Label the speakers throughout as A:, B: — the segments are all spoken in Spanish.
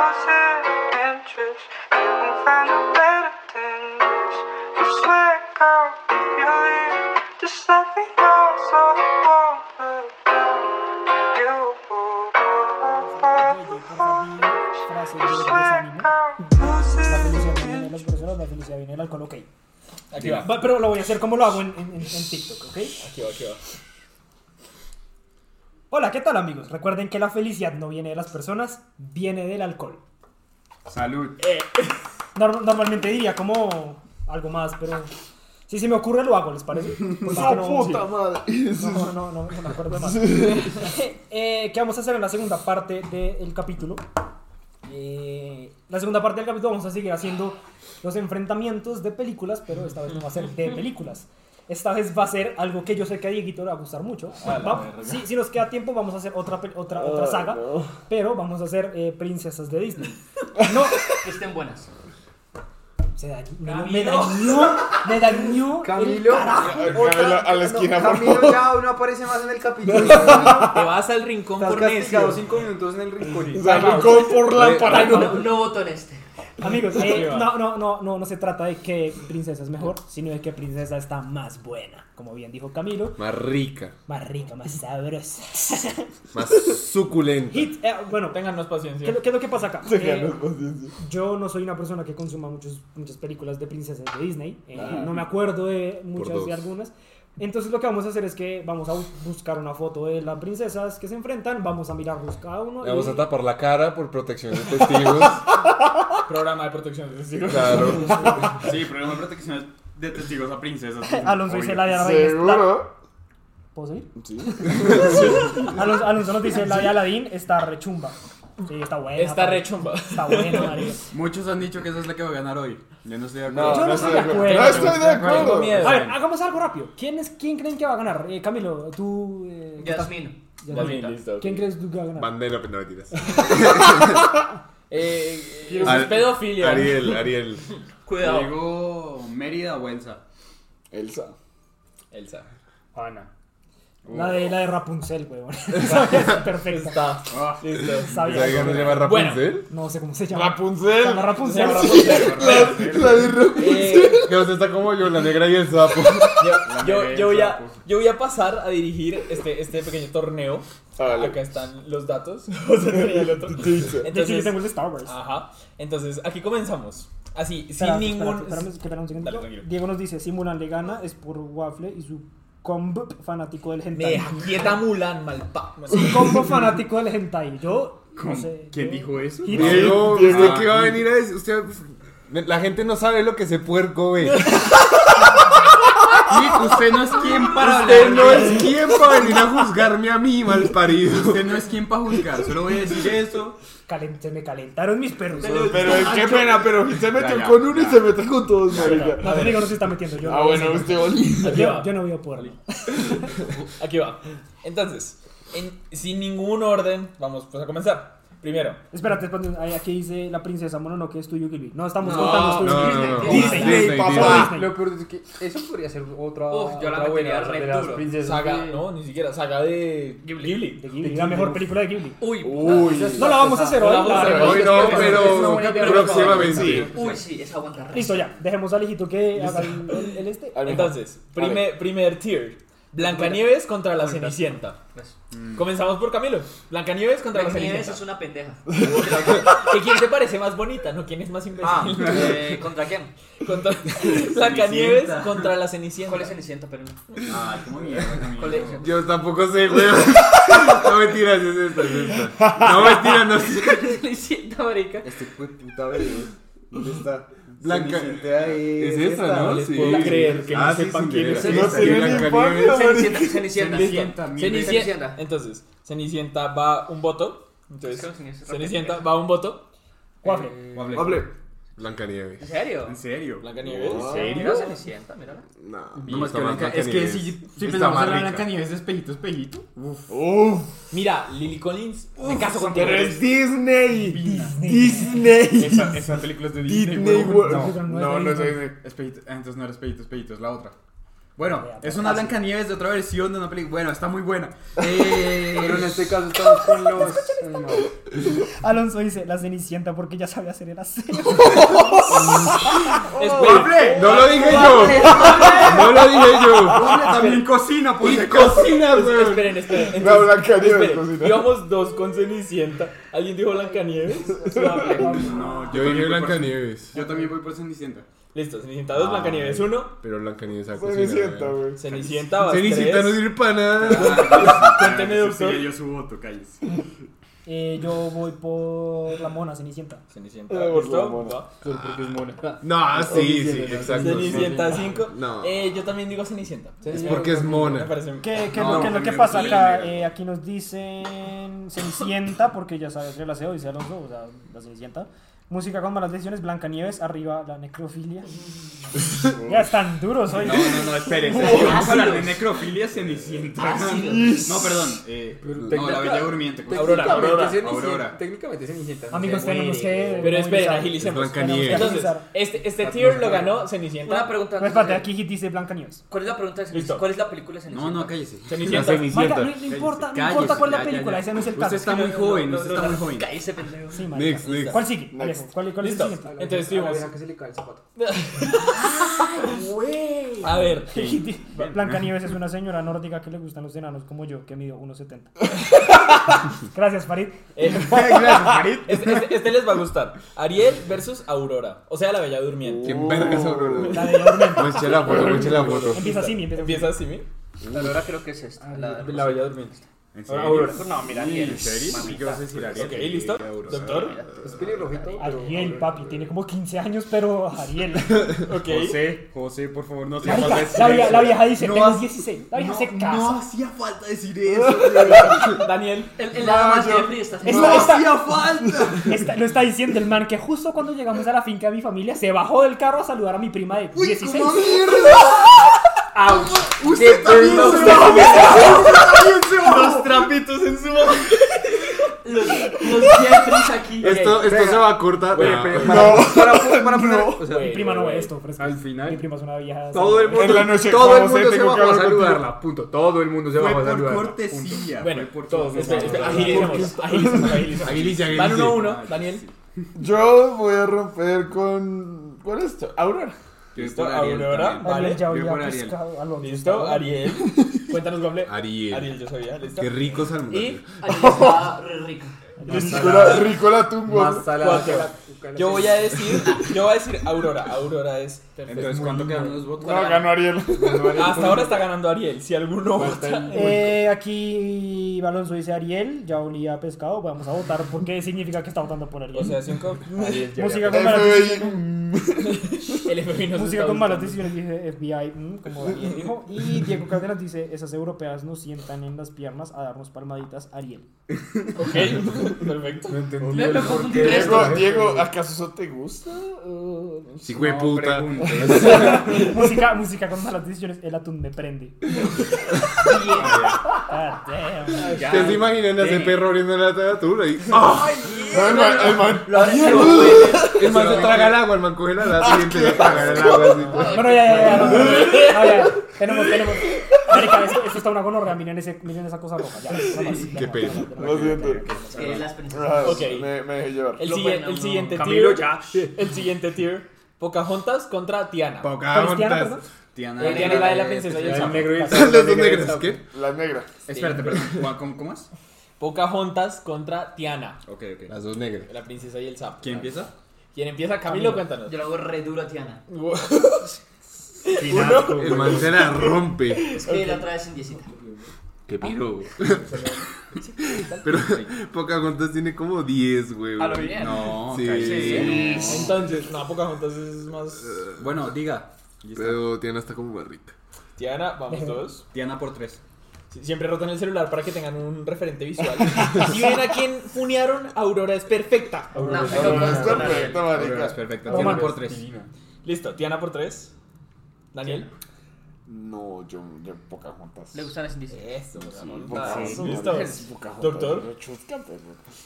A: Losing interest, you can find a better than this. You swear, girl, if you leave, just let me know so I won't let down you.
B: Oye, por favor, frase de
A: You swear,
B: Felicia
A: girl, losing
B: Vinel. La Felicia
A: interest.
B: Vinel, los profesores de Felicia Vinel, alcohol, ok.
C: Aquí va.
B: Va, Pero lo voy a hacer como lo hago en, en- en- en TikTok, ¿ok?
C: Aquí va, aquí va.
B: Hola, ¿qué tal amigos? Recuerden que la felicidad no viene de las personas, viene del alcohol.
D: Salud.
B: Nor- normalmente diría como algo más, pero si se me ocurre lo hago, ¿les parece? Porque es que no-
E: madre!
B: No, no, no, no, no me acuerdo más. Eh, ¿Qué vamos a hacer en la segunda parte del capítulo? Eh, la segunda parte del capítulo vamos a seguir haciendo los enfrentamientos de películas, pero esta vez no va a ser de películas. Esta vez va a ser algo que yo sé que a Dieguito le va a gustar mucho.
C: A la
B: Va-
C: verga.
B: si, si nos queda tiempo, vamos a hacer otra, pel- otra, otra saga, pero vamos a hacer eh, princesas de Disney. No,
F: Estén buenas.
B: se dañó, me dañó, me dañó. el
E: Camilo,
B: carajo.
D: Camilo, a la esquina, por
E: Camilo
D: favor.
E: ya no aparece más en el capítulo. Estás
F: Te vas al rincón por
E: castigado
F: necio.
E: cinco minutos en el rincón.
D: Salud por la
F: No,
D: paranoia.
F: no voto en este.
B: Amigos, eh, no, no, no, no, no se trata de que princesa es mejor, sino de que princesa está más buena. Como bien dijo Camilo,
D: Más rica,
B: más rica, más sabrosa.
D: más suculenta.
B: Hit, eh, bueno, ¿qué,
C: Ténganos paciencia.
B: es lo- qué es lo que pasa acá? Eh, yo no soy una persona que consuma muchos, muchas películas de princesas de Disney. eh,
C: Ah.
B: no me acuerdo de muchas
D: dos.
B: de algunas. Entonces lo que vamos a hacer es que vamos a bu- buscar una foto de las princesas que se enfrentan, vamos a mirarlos cada uno.
D: Le vamos
B: y-
D: a tapar la cara por protección de testigos.
C: Programa de protección de testigos.
D: Claro.
G: Sí, programa de protección de testigos a princesas.
B: Alonso dice la de la reina está-
E: ¿Seguro?
B: ¿Puedo seguir?
E: Sí.
B: Alonso, Alonso nos dice, la de Aladdin está rechumba. Sí, está buena.
C: Está
B: pa-
C: rechumba.
B: Está buena, marica.
G: Muchos han dicho que esa es la que va a ganar hoy. Yo no estoy de
B: Yo
G: acuerdo.
B: no estoy de acuerdo.
E: No estoy de
C: Tengo
E: acuerdo.
C: miedo.
B: A ver, hagamos algo rápido. ¿Quién, es, ¿Quién creen que va a ganar? Eh, Camilo, tú... Eh, ¿qué estás-
F: Yasmin.
C: Ya bien,
B: Yasmin.
C: listo. ok.
B: ¿Quién crees tú que va a ganar?
D: Bandera, pero no mentiras.
C: Eh, eh,
D: Al-
C: es pedofilia.
D: Ariel, Ariel.
F: Cuidado.
G: Digo Mérida o Elsa.
E: Elsa.
C: Elsa.
G: Juana.
B: La de, la de Rapunzel, weón. Esa es perfecta.
C: Está. Listo.
B: Sabía
D: ¿Sabes
B: eso.
D: cómo se llama Rapunzel?
B: No sé cómo se llama. Se
D: Rapunzel.
B: llama Rapunzel.
D: La de Rapunzel.
C: Eh,
D: Que usted está como yo, la negra y el sapo.
C: yo, yo, yo voy a,
G: negra, pues.
C: yo voy a pasar a dirigir este, este pequeño torneo. Acá están los datos. O sea, tenía el otro.
B: De hecho, yo tengo
C: Entonces,
B: el de Star Wars.
C: ajá. Entonces, aquí comenzamos. Así,
B: Espera,
C: Ah, sin ningún.
B: espera, espera, espera un segundo.
C: Dale, tranquilo.
B: Diego nos dice, si Mulan le gana es por Waffle y su combo fanático del
C: Me
B: hentai.
C: deja quieta Mulan, malpa.
B: Un combo fanático del hentai. Yo no
G: ¿Cómo?
B: sé.
G: ¿Quién
B: yo-
G: dijo eso?
B: Hit.
D: Diego,
G: Diego.
D: ¿usted qué iba a venir a decir? Usted, pues, la gente no sabe lo que ese puerco ve.
G: Sí, usted no es quien para
D: Usted
G: hablar.
D: no es quien para venir a juzgarme a mí, mal parido.
G: Usted no es quien para juzgar. Solo voy a decir eso.
B: Calen- se me calentaron mis perros.
E: Pero es que pena, pero se
G: Ya, ya,
E: metió con uno y
G: ya.
E: se metió con todos, marica.
B: No, Diego no se está metiendo. Yo
E: Ah,
B: no voy a
E: bueno,
B: hacer
E: usted volvió.
B: nada.
C: Aquí
B: Yo,
C: va.
B: yo no voy a poder.
C: Aquí va. Entonces, en- sin ningún orden, vamos pues a comenzar. Primero,
B: Espérate, espérate. ahí, Aquí dice la princesa Mononoke es tuyo, Gilby. No, estamos
E: No,
B: contando es tuyo.
D: no, no, no.
B: Disney,
D: Disney,
B: papá.
E: Ah,
D: Ah.
E: Lo peor es que eso podría ser otra.
F: Uf, yo la
E: otra
F: metería
E: buena,
F: re
E: de las
F: duro.
E: princesas
C: saga,
E: de-
C: no, ni siquiera, saga de
F: Ghibli.
B: De Ghibli, la mejor película de Ghibli.
F: Uy,
E: Uy.
B: No la vamos a hacer
C: No
B: hoy.
C: la vamos a
B: la-
C: hacer
D: Hoy no, pero próximamente.
F: uy, sí, esa aguanta.
B: Listo, ya. Dejemos al hijito que haga el, el- el este.
C: Entonces, primer, primer tier. Blancanieves contra la Cenicienta.
F: Pues,
C: Comenzamos por Camilo. Blancanieves contra la
F: Blancanieves es
C: Cenicienta.
F: una pendeja.
C: ¿Que quién te parece más bonita? No, ¿quién es más imbécil?
F: Ah, eh, ¿contra quién?
C: Contra- Blancanieves
G: Cenicienta.
C: contra la Cenicienta.
F: ¿Cuál es Cenicienta, pero
G: Ay, cómo mierda. Camilo.
F: ¿Cuál es?
D: Yo tampoco sé, weón. No mentiras, es esta, es esta. No mentiras, no sé.
F: Cenicienta, marica.
E: Este fue puta verga. ¿Dónde está?
D: Blanca.
E: Cenicienta
D: Es esta, ¿no?
C: les
D: Sí.
C: puedo creer que no
D: Ah, sí,
C: sepan
D: sin
C: quién es
D: deber.
E: esta. No
D: Sí,
E: tiene
D: Blanca
E: ni palo.
D: Nieves.
F: Cenicienta, Cenicienta.
G: Cenicienta, mil
C: Cenici-
G: veces.
F: Cenicienta.
C: Entonces, Cenicienta va un voto.
F: Es que
C: Entonces,
F: los Cenicienta-
C: Cenicienta va un voto.
B: Waffle.
G: Hable.
E: Hable.
D: Blanca Nieve.
F: ¿En serio?
G: ¿En serio?
C: Blancanieves.
F: Mira Cenicienta, mírala.
D: No,
G: No más
D: está
G: que Blanca-
D: más
G: Es que
D: Blancanieves.
G: si, si
D: Está
G: pensamos
D: más
G: en la
D: rica.
G: Blanca Nieves de espejito, espejito. Uf.
C: Mira, Lily Collins. Me caso contigo.
D: Pero es Disney.
B: Disney.
G: Esa, esa película es de Disney.
E: Disney
G: huevón.
E: World.
G: No, no es Disney. Espejito. Ah, entonces no era espejito, espejito, es la otra. Bueno,
B: Vea,
G: es una Blancanieves de otra versión de una película. Bueno, está muy buena. Eh,
E: Pero en este caso estamos con los.
B: Alonso dice, la Cenicienta porque ya sabe hacer el aseo.
D: ¡Waffle! ¡No lo dije yo! ¡No lo dije yo!
G: Hombre, también cocina, por si
D: ¡Y
G: acaso.
D: cocina, weón!
C: Esperen, esperen.
H: La
C: Entonces,
H: blanca nieve
C: esperen. Íbamos dos con Cenicienta. ¿Alguien dijo Blancanieves?
D: Yo
G: No, también
D: dije
G: voy por-
D: Blancanieves.
G: Yo también voy por Cenicienta.
C: Listo, Cenicienta
D: Ah,
C: 2, Blancanieves 1.
D: Pero Blancanieves a
H: Se me
D: cocina.
H: sienta,
D: weón.
H: güey.
C: Cenicienta vas
D: Cenicienta no
C: 3.
D: sirve para nada.
C: Cuénteme,
G: Ah,
C: doctor.
G: sí, Yo su voto, calles.
B: Eh, yo voy por la mona Cenicienta.
C: Cenicienta,
D: Eh,
H: Ay, por la
C: ¿listo?
H: mona.
C: Va.
E: Solo porque es mona.
D: No, sí, sí,
E: Cenicienta,
D: exacto.
C: Cenicienta 5.
D: No.
C: Eh, yo también digo Cenicienta.
D: Es porque es
C: Me
D: mona.
C: parece.
B: ¿Qué, qué,
G: No,
B: lo, qué es lo que
G: me
B: pasa
G: gusta.
B: acá? Eh, aquí nos dicen Cenicienta, porque ya sabe hacer el aseo, dice Alonso, o sea, la Cenicienta. Música con malas decisiones, Blancanieves, arriba la necrofilia. ya están duros hoy.
G: No, no, no, espérense. Vamos a hablar de necrofilia cenicienta. No, perdón. eh, no, la bella durmiente. pues. ¿cómo se
C: Aurora,
G: llama?
C: Aurora,
E: Técnicamente Cenicienta-
G: Aurora.
E: Técnicamente Cenicienta. no
B: Amigos,
E: sé.
B: tenemos que.
C: Pero esperen,
B: movilizar.
D: Es
C: agilicemos.
D: Blancanieves.
C: Entonces, este, este tier lo ganó Cenicienta.
F: Una
B: No,
F: pregunta. antes
B: Pues, espérate,
F: de-
B: aquí Hit dice Blancanieves.
F: ¿Cuál es la pregunta de
C: Listo.
F: ¿Cuál es la película de
G: No, no, cállese.
C: Cenicienta.
B: Marica, no, no importa, no
G: Cállese,
B: importa cuál es la
G: ya, ya,
B: película,
G: ya.
B: ese no es el caso.
G: Usted está muy joven, usted está muy joven.
F: Cállese, pendejo.
B: Sí, marica.
D: Next, next.
B: ¿Cuál sigue?
H: Next.
B: Alejo, ¿Cuál, cuál es el
C: Listo.
B: siguiente?
C: Entonces
E: A la
C: tuvimos.
E: vieja que se le cae el zapato.
C: A ver.
B: Hit dice, Blancanieves es una señora nórdica que le gustan los enanos como yo, que mido 1,70. Gracias, Farid.
C: eh,
D: Gracias,
C: Este, este- este les va a gustar. Ariel versus Aurora. O sea, la Bella Durmiente.
D: ¿Quién verga es Aurora?
B: La de Dormiente.
D: Muestre la foto, muestre la foto.
B: Empieza Simi, empieza Simi.
C: Empieza así, ¿mi?
F: La Aurora creo que es esta. La
C: La Bella Durmiente.
G: ¿En
C: Aurora.
F: No, mira,
G: ¿En serio?
F: mamita.
G: ¿Qué vas a decir, Ariel?
C: Ok, listo.
G: Aurora.
C: Doctor.
E: Es pelirrojito.
B: Ah. Ariel, papi, tiene como 15 años, pero Ariel.
C: Ok.
G: José, José, por favor, no seas
B: Marica,
G: más
B: la, vieja, la vieja dice,
G: No
B: tengo
G: has-
B: 16. La vieja se casa.
G: No hacía falta decir eso.
C: Daniel.
F: El, el nada más Jeffrey está
B: Es-
G: No
B: No está-
G: hacía falta.
B: Está- lo está diciendo el man que justo cuando llegamos a la finca de mi familia se bajó del carro a saludar a mi prima de 16.
G: ¡Cómo mierda! ¡Usted también se bajó!
C: Los trapitos en su boca.
F: Los, los Jeffreys aquí.
D: Esto, esto se va a cortar.
E: Oye,
D: Nah,
E: pero
D: oye.
E: para, para, para poner- o sea,
B: Mi prima no ve esto, fresco.
G: Al final-
B: Mi prima es una vieja.
E: todo el mundo,
H: En la noche,
E: todo el
H: José,
E: mundo se
H: tengo
E: bajó
H: que
E: a
H: hablar contigo.
E: saludarla, punto. Todo el mundo se
G: Fue
E: bajó a
G: por
E: saludarla.
G: cortesía.
C: Bueno,
G: fue por
C: todos. este, espera, espera,
G: cortesía.
C: Agilicemos. Agilicemos. agilicemos.
D: Agilice,
C: Van
D: agilice.
C: 1 1. Daniel.
H: Yo voy a romper con. ¿Cuál es esto? Aurora.
G: Yo
C: Listo,
G: por Ariel
C: Aurora.
G: también.
B: Ariel
C: vale,
B: ya
G: yo
B: olía
G: por
B: a
G: Ariel.
B: pescado, Alonso.
C: Listo. Ariel. Cuéntanos, Goble.
D: Ariel.
C: Ariel, yo sabía. Listo.
D: Qué rico salmón.
C: Y
F: Está re rico.
H: Ricola, Ricola Tungo.
E: Más salada.
C: Cuatro. yo voy a decir. Yo voy a decir Aurora. Aurora es perfecta.
G: Entonces, ¿cuánto quedaron los votos?
H: No, ganó Ariel.
C: Hasta ahora está ganando Ariel. Si alguno vota.
B: Eh, aquí Alonso dice Ariel, ya olía a pescado, vamos a votar porque significa que está votando por Ariel.
C: O sea, 5.
B: música con malas
H: FBI.
B: decisiones.
H: mm.
C: El FBI nos
B: Música
C: está
B: con malas
C: buscando.
B: decisiones dice FBI, mm, como Daniel dijo. Y Diego Cárdenas dice, esas europeas nos sientan en las piernas a darnos palmaditas, Ariel.
C: Ok, perfecto.
F: Me, me confundí el resto.
H: Diego, Diego, ¿acaso eso te gusta? Uh, no sé.
D: Sí, güey, puta.
B: música, música con malas decisiones, el atún me prende. Ah, damn.
D: ¿Ustedes se imaginan a ese perro abriendo la tatura? Y...
H: No, el man- el man-
D: El man ¡ah! se traga el agua, el man coge la lata y empieza a tragar el agua. Así. pues.
B: Bueno, ya, ya, ya. no, no, no. Ah, ya, ya. Tenemos, tenemos. Marica, esto, esto está una gonorrea, miren, ese, miren esa cosa roja. Ya, nada más, ya,
D: qué
B: ya,
D: pedo.
B: ya, ya, ya.
H: Lo siento.
F: Eh, las princesas.
H: Ah,
C: Ok.
H: Me, me dejé llevar.
C: El,
F: Lo
C: sigui-
F: bueno,
C: el
F: no.
C: siguiente
G: Camilo
C: tier.
G: ya.
C: El siguiente tier. Pocahontas contra Tiana.
B: Cristiana, perdón.
D: Pocahontas.
G: Tiana,
C: Eh, Tiana, la de la princesa y el
G: El
C: sapo.
G: negro y el
D: Las dos negras, ¿qué?
H: La negra.
G: Espérate, perdón. ¿Cómo, ¿Cómo es?
C: Pocahontas contra Tiana.
G: Ok, ok.
D: Las dos negras.
C: La princesa y el sapo.
G: ¿Quién empieza?
C: ¿Quién empieza? Camilo, cuéntanos.
F: Yo la hago re duro a Tiana.
D: El man se la rompe.
F: Es que la otra vez en diecita.
D: Qué
G: Ah.
D: piro. Pero Pocahontas tiene como 10, güey.
F: A Ah, lo bien.
G: No,
D: Sí.
G: cállese, no.
C: Entonces, no, Pocahontas es más.
G: Bueno, diga.
D: Pero Tiana está como barrita.
C: Tiana, vamos dos.
G: Tiana por tres.
C: Sí, Siempre rotan el celular para que tengan un referente visual. Si ven a quién funearon, Aurora es perfecta.
F: No, me
H: No, no,
F: confundí
H: está
F: con Ariel.
H: perfecta, marica.
G: Perfecto.
B: Román.
G: Tiana por tres.
C: Listo, Tiana por tres. Daniel.
H: No, yo, yo Pocahontas.
F: Le gustan las indígenas.
C: Eso,
H: Pocahontas.
C: Pocahontas.
H: Sí,
C: Ah, Listo.
H: es Pocahontas,
C: Doctor.
H: pero chusca, pero-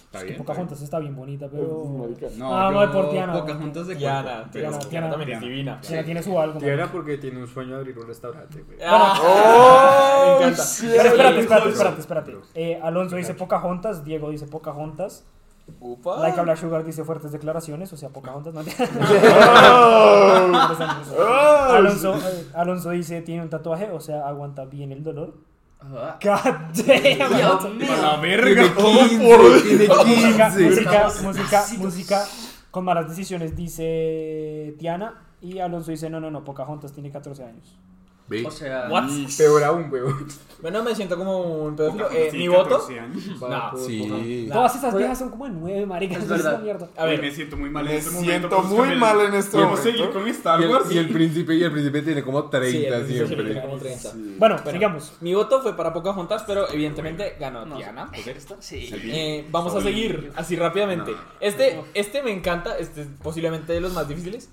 G: Está bien.
B: Pocahontas está bien bonita, pero.
H: Marica.
G: No,
B: Ah, no,
G: yo-
B: es por Tiana.
G: Pocahontas de
C: Tiana,
G: cuerpo,
C: pero
B: Tiana, Tiana.
C: Tiana también es
G: Tiana.
C: divina.
B: Tiana tiene su algo. marica.
E: Tiana porque tiene un sueño de abrir un restaurante, güey.
C: Ah, me encanta.
B: Pero espérate, espérate, espérate, espérate. Eh, Alonso dice Pocahontas, Diego dice Pocahontas,
F: Ah.
C: Upa.
B: Laika Black Sugar dice fuertes declaraciones, o sea, Pocahontas no Oh. Alonso, eh, Alonso dice tiene un tatuaje, o sea, aguanta bien el dolor.
F: Ajá.
B: God damn.
F: Dios
B: Alonso.
F: mío.
G: Para la verga.
D: Tiene
B: Música,
D: 15.
B: música,
F: Estamos
B: música,
F: ácidos.
B: música con malas decisiones, dice Tiana. Y Alonso dice, no, no, no, Pocahontas tiene 14 años.
D: Ve.
F: O sea,
C: What?
E: Peor aún, güey.
C: Bueno, me siento como un pedófilo.
G: Pocahontas
C: Eh,
G: tiene
C: ¿Mi voto?
G: 14 años.
C: No.
E: pues,
D: Sí.
C: Nah.
B: Todas esas viejas son como de 9, maricas.
F: Es
B: Es una
F: verdad.
B: mierda.
C: A
G: Uy, me
C: ver,
G: siento muy mal
H: Me
G: en este
H: siento
G: momento.
H: muy
G: búscame el-
H: mal en este
G: Podemos
H: momento.
G: seguir con
D: Y
G: Star
D: el,
G: Wars.
D: y el príncipe, y el príncipe tiene como 30
C: Sí, el príncipe
D: siempre.
C: tiene como 30.
B: Bueno,
C: Bueno.
B: sigamos.
C: mi voto fue para Pocahontas, pero evidentemente ganó
F: no,
C: Tiana.
F: ¿esto? Sí.
C: Eh, vamos a seguir así rápidamente. Este, este me encanta, este es posiblemente de los más difíciles.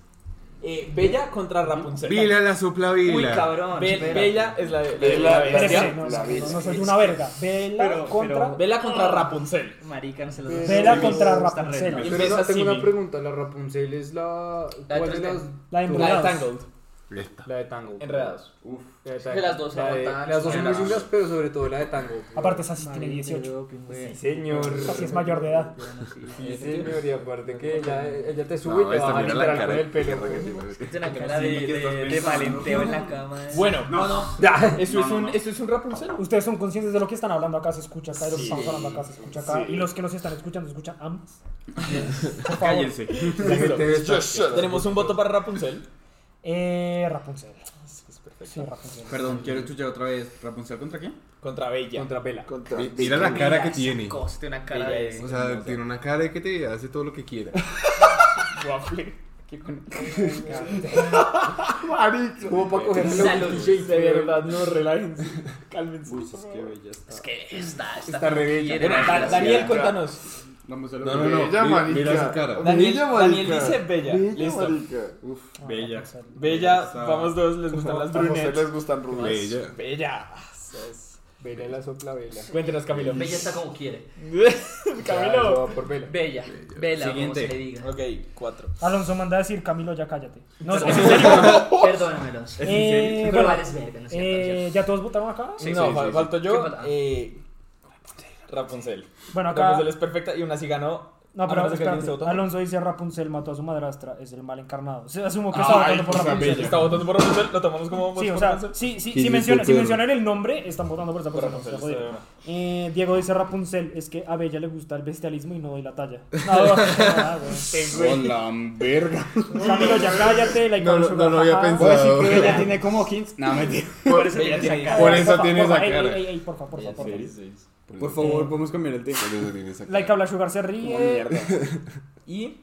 C: Eh, Bella contra Rapunzel.
D: Vila la sopla
F: Uy,
D: vila.
F: cabrón.
C: Be-
F: espera.
C: Bella es la de la,
H: Bella,
C: la
H: Bestia,
B: Espérese,
C: bestia.
B: no,
H: la
B: no,
H: bestia.
B: no soy una verga. Vela contra.
C: Bella contra Rapunzel.
F: Marica, no se lo
B: Vela
F: Sí,
B: contra
F: está
B: Rapunzel.
F: re mal.
E: Pero
C: Empieza
E: no,
C: así,
E: tengo
C: mi-
E: una pregunta. La Rapunzel es la.
F: La de
E: ¿Cuál de
F: tres D.
E: las?
B: La de
C: La
E: dos?
C: de
B: Enredados.
C: Tangled.
D: Esta.
E: La de Tango.
C: Enredados.
E: La de
F: que
E: Tango.
F: las dos
E: La de-
F: aguantan.
E: Las dos son muy
G: Enredados.
E: singlas, pero sobre todo la de Tango.
B: Aparte, esa sí tiene 18.
E: Sí, señor.
B: Así es mayor de edad.
E: Sí, señor, y aparte que ella, ella te sube
D: No,
E: y te
D: esta
E: baja
D: mira la
E: literal
D: cara
E: con
D: de
E: el pelo.
D: mierda que
E: güey.
D: tiene.
F: Tiene una cara de,
G: Sí, ¿qué estás
F: de, de
G: pensando?
F: valenteo en la cama. eh.
C: Bueno,
G: No, no.
E: Ya.
C: ¿eso,
G: No,
C: es
G: no,
C: un,
G: no.
C: ¿eso es un Rapunzel?
B: Ustedes son conscientes de lo que están hablando acá, se escucha acá, de lo que
C: Sí.
B: estamos hablando acá, se escucha acá.
G: Sí.
B: Y los que nos están escuchando, escuchan ambos. Por favor.
G: Cállense.
E: La gente ve esta-
C: Tenemos un voto para Rapunzel.
B: Eh, Rapunzel. Sí, Rapunzel.
G: Perdón, quiero escuchar otra vez. ¿Rapunzel contra quién?
C: Contra Bella.
E: Contra pela.
H: Contra-
D: Mi- Mira la cara que tiene.
F: Cosa, tiene una cara
C: Bella
F: de.
C: es
D: O sea, tiene una cara de que te hace todo lo que quiera.
C: waffle. Qué con-
E: Como para cogerle
F: Salud.
E: un
C: De
E: shake, güey.
C: verdad, no, relájense. Cálmense.
F: Es que esta, esta.
E: Está re bella.
F: quiere-
C: Da- Daniel, cuéntanos.
G: Vamos a
D: No, no, no.
H: Bella,
D: Mira,
H: marica.
D: mira su cara.
C: Daniel-
H: Bella,
C: Daniel
H: marica.
C: dice bella. Listo.
H: marica. Uf.
B: Ah,
G: Bella.
B: Rapunzel.
C: Bella,
G: Está-
C: vamos dos, les gustan las
H: A José
C: brunettes.
H: les gustan rubias.
D: Bella.
C: Bella. Sos-
E: Vela la sopla vela.
C: Cuéntenos, Camilo.
F: Bella está como quiere.
E: Ya, eso
C: Camilo.
E: va por vela.
F: Bella. Bella, como se le diga.
C: Ok, cuatro.
B: Alonso manda a decir, Camilo, ya cállate. No, es
F: Perdónamelos.
G: en serio.
B: eh,
F: Pero
B: bueno,
F: vales verga, no es cierto, no es
B: eh,
F: cierto.
B: ¿Ya todos votaron acá?
C: no,
G: sí,
C: fal-
G: sí,
C: falto
F: ¿Qué
C: yo.
F: falta?
C: Eh, Rapunzel.
B: Bueno, acá.
C: Rapunzel es perfecta y aún así ganó.
B: No,
C: A
B: pero
C: menos de Ah, que alguien
B: espérate.
C: se votó.
B: Alonso dice Rapunzel mató a su madrastra, es el mal encarnado. O sea, asumo que
C: Ah,
G: Ay,
B: está votando por
G: pues, a
B: Rapunzel.
G: Bella.
C: Está votando por Rapunzel, lo tomamos como voto
B: Sí, o
C: por
B: sea,
C: Rapunzel.
B: sí, sí,
D: Sí,
B: si
D: sí,
B: mencionan si
D: perro.
B: mencionan el nombre, están votando por esa
C: Por
B: persona.
C: Rapunzel,
B: está jodido.
C: está bien.
B: Eh, Diego dice Rapunzel, es que a Bella le gusta el bestialismo y no doy la talla. No, no, no, güey.
G: Hola, verga.
B: Camilo, ya cállate, la
D: No, no, no lo había
B: jajaja.
D: pensado.
G: ella tiene como 15. No, mentira.
D: Por
C: Bella tiene-
D: Por
B: Ey,
D: eso
B: porfa,
D: tiene
B: porfa,
D: esa
B: ey,
D: cara.
B: Ey, ey, ey, porfa, porfa, porfa.
G: Por favor, podemos cambiar el tema.
D: Por eso tiene esa
B: Laika
D: cara.
B: Black Sugar se ríe.
C: Y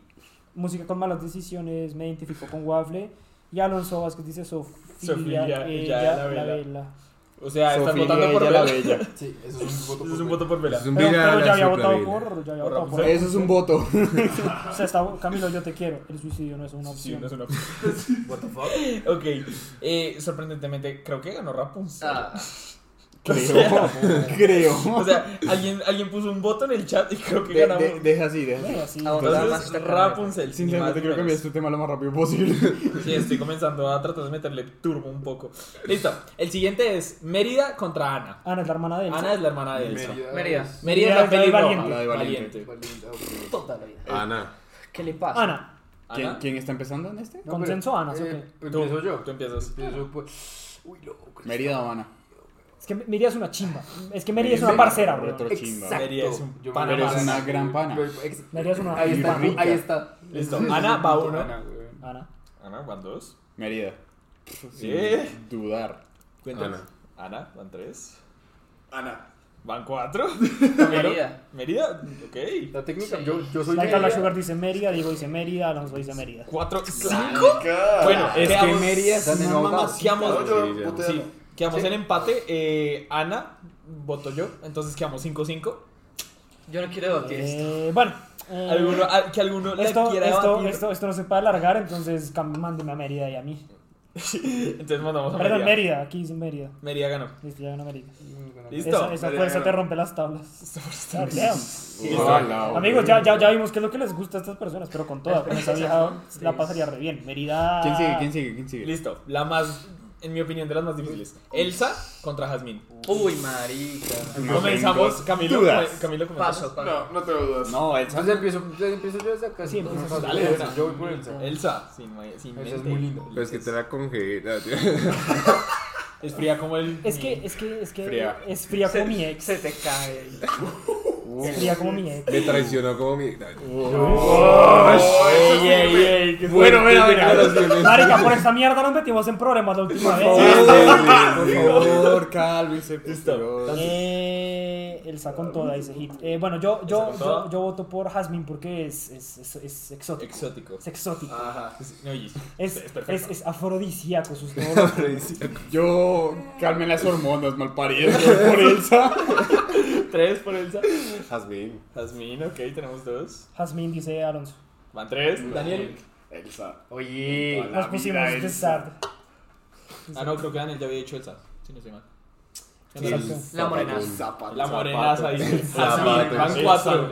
B: Música con malas decisiones, me identifico con Waffle. Y Alonso Vázquez dice Sofía,
C: Sofía,
B: ella,
C: ella, la
B: la
C: Bella".
B: vela.
C: O sea, estás
G: Sofía,
C: votando por
G: ella, la
C: Bella.
G: bella.
H: Sí, eso es un
C: Eso
H: voto.
C: es
H: por
C: un
H: vela.
C: voto por Bella.
D: Es un
B: Pero,
D: vela
B: pero
D: la
B: ya había
D: sopla
B: votado
D: vela.
B: por, ya había votado
C: Por
B: por.
C: Rapunzel.
B: O
C: Eso
E: es un voto.
B: sea, está- Camilo, yo te quiero. El suicidio no es una
C: Sí,
B: opción.
C: no es una Ok. Eh, sorprendentemente, creo que ganó Rapunzel.
F: Ah,
G: Creo. Creo.
C: O sea, alguien, alguien puso un voto en el chat y creo que
G: De-
C: ganamos.
G: de- Deja así, deja así.
B: Bueno, sí.
F: Ah, Nada más
C: Entonces,
F: está ganando.
C: Rapunzel. sin
G: Sinceramente,
C: más
G: quiero
C: ni
G: cambiar
C: menos.
G: este tema lo más rápido posible.
C: Sí, estoy comenzando a tratar de meterle turbo un poco. Listo. El siguiente es Mérida contra Ana.
B: Ana es la hermana de él.
C: Ana es la hermana de Elsa. Mérida,
F: Mérida.
C: es la
B: Mérida
C: peli
B: es la de
C: roja,
B: Valiente.
G: La de
C: Valiente.
H: Valiente, ok.
F: Toda la vida. Ah,
D: Ana.
F: ¿Qué le pasa?
B: Ana.
G: ¿Quién,
C: Ana,
G: quién está empezando en este?
B: No, Consenso,
E: pero,
B: Ana, ¿sí o
E: eh,
B: qué?
E: Empiezo yo.
C: tú empiezas.
E: Empiezo pues. Uy, loco.
G: Mérida o Ana.
B: Es que Mérida es una chimba. Es que Mérida es una parcera, bro.
G: Retro chimba.
E: Exacto.
C: Mérida es un
E: Yo me-
C: pana
G: Pero
C: más.
G: es una gran pana.
E: Ex-
B: Mérida es una
E: Ahí está,
B: chimba.
E: ahí está.
C: Listo. Ana va uno.
E: Ana, güey.
B: Ana.
C: Ana, van dos.
G: Mérida.
C: Sí.
G: Sin dudar.
C: Cuéntanos.
D: Ana.
C: Ana, van tres.
G: Ana.
C: Van cuatro.
F: Mérida.
C: Mérida, ok.
E: La técnica, yo, yo soy.
B: Laika Black Sugar dice Mérida, Diego dice Mérida, Alonso dice Mérida.
C: Cuatro. ¿Cinco? Bueno,
G: Es que
C: quedamos-
G: Mérida es
E: Dale,
G: una
E: no,
G: mamacita.
C: Quedamos,
D: Sí, ya.
H: Putea,
C: sí,
H: no.
C: quedamos en empate. Eh, Ana voto yo, entonces quedamos 5-5.
F: Yo no quiero debatir esto.
B: Eh, bueno. eh,
C: Alguno- a- que alguno le
B: esto,
C: quiera
B: esto,
C: batir.
B: esto, esto no se puede alargar, entonces cam- mándeme a Mérida y a mí.
C: Entonces mandamos a
B: Perdón,
C: Mérida.
B: Mérida, aquí dice Mérida.
C: Mérida ganó.
B: Listo, ya ganó Mérida.
C: ¿Listo?
B: Esa, esa
G: Mérida
B: fuerza
G: ganó.
B: te rompe las tablas. Ah, damn.
H: Ojalá, güey.
B: Amigos, ya, ya, ya vimos qué es lo que les gusta a estas personas, pero con toda, con esa vieja la pasaría re bien. Mérida.
G: ¿Quién sigue? ¿Quién sigue? ¿Quién sigue?
C: Listo. La más, en mi opinión, de las más difíciles. Elsa contra Jazmín.
F: Uy, marica.
C: Comenzamos, Camilo.
H: Dudas.
C: come- Camilo, comenzamos.
F: Paso, paso.
H: No, no tengo dudas.
G: No, Elsa.
E: Entonces empiezo, entonces empiezo yo a sacar.
B: Sí, empiezas.
E: Entonces,
C: Dale,
E: Elsa,
C: Elsa.
E: Yo voy por Elsa.
C: Elsa, sin, ma- sin
E: Elsa
C: mente.
E: es
C: Pues
E: muy linda.
D: Pero es Pues que te la congela, tío.
C: Es fría como el.
B: Es que, es que, es que.
D: Fría.
B: Es fría como mi ex.
F: Se te cae.
B: Es fría como mi ex.
D: Me traicionó como mi.
C: Bueno, mira, mira.
B: Marica, por esta mierda nos metimos en problemas la última vez.
G: Por favor, cálmese.
C: Listo.
B: Eh, Elsa con toda ese hit. Eh, bueno, yo,
C: Elsa
B: yo,
C: con toda.
B: yo, yo voto por Jasmine porque es, es, es, es exótico.
C: Exótico. Ah, pues,
B: Es exótico.
E: Ajá.
C: No, oye,
B: es,
C: es
B: es,
C: perfecto.
B: es afrodisíaco sus novelas.
G: Yo calmen las hormonas, mal parido. Por Elsa.
C: Tres por Elsa.
H: Jasmine.
C: Jazmín, ok, tenemos dos.
B: Jasmine dice Alonso.
C: Van tres. Daniel.
G: Elsa.
F: Oye.
B: Nos pusimos de sad.
C: Ah, no, creo que Daniel ya había dicho Elsa. Si no estoy mal.
B: Exacto.
F: La morenaza.
E: Zapato.
C: La morenaza dice.
D: zapato.
C: Jazmín, Van cuatro.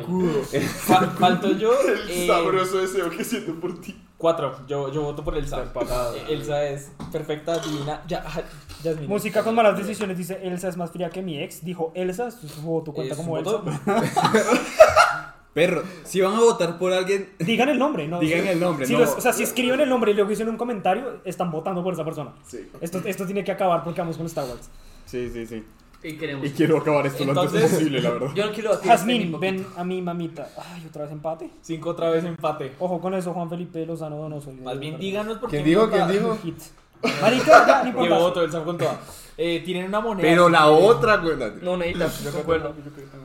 C: Fa- Falto yo. eh,
H: Sabroso deseo que siento por ti.
C: Cuatro. Yo, yo voto por Elsa. Eh, Elsa es perfecta, divina. Ya, ah, ja- Jasmine.
B: Música con malas decisiones dice Elsa es más fría que mi ex. Dijo Elsa, su su voto cuenta
C: Es
B: como
C: un
B: Elsa.
C: eh, voto.
G: Perro, si van a votar por alguien,
B: Digan el nombre, ¿no?
G: digan el nombre.
B: Si
G: no.
B: los- o sea, si escriben el nombre y luego dicen un comentario, están votando por esa persona.
H: Sí.
B: Esto, esto tiene que acabar porque vamos con Star Wars.
G: Sí, sí, sí.
F: Y queremos.
G: Y quiero acabar esto lo antes
C: Entonces-
G: posible, la verdad.
F: Yo no quiero batir este
B: Jazmín,
F: mismo
B: ven a mi mamita. Ay, otra vez empate.
C: Cinco otra vez empate.
B: Ojo con eso, Juan Felipe Lozano Donoso.
C: Más bien díganos por
H: ¿Quién
C: qué
H: dijo?
C: vota-
H: ¿Quién dijo?
B: Hit. Marica, ya, no
C: Que
B: importa.
C: voto Elsa con toda. Eh, tienen una moneda.
D: Pero la otra, güey. la-
F: No, necesita, yo recuerdo.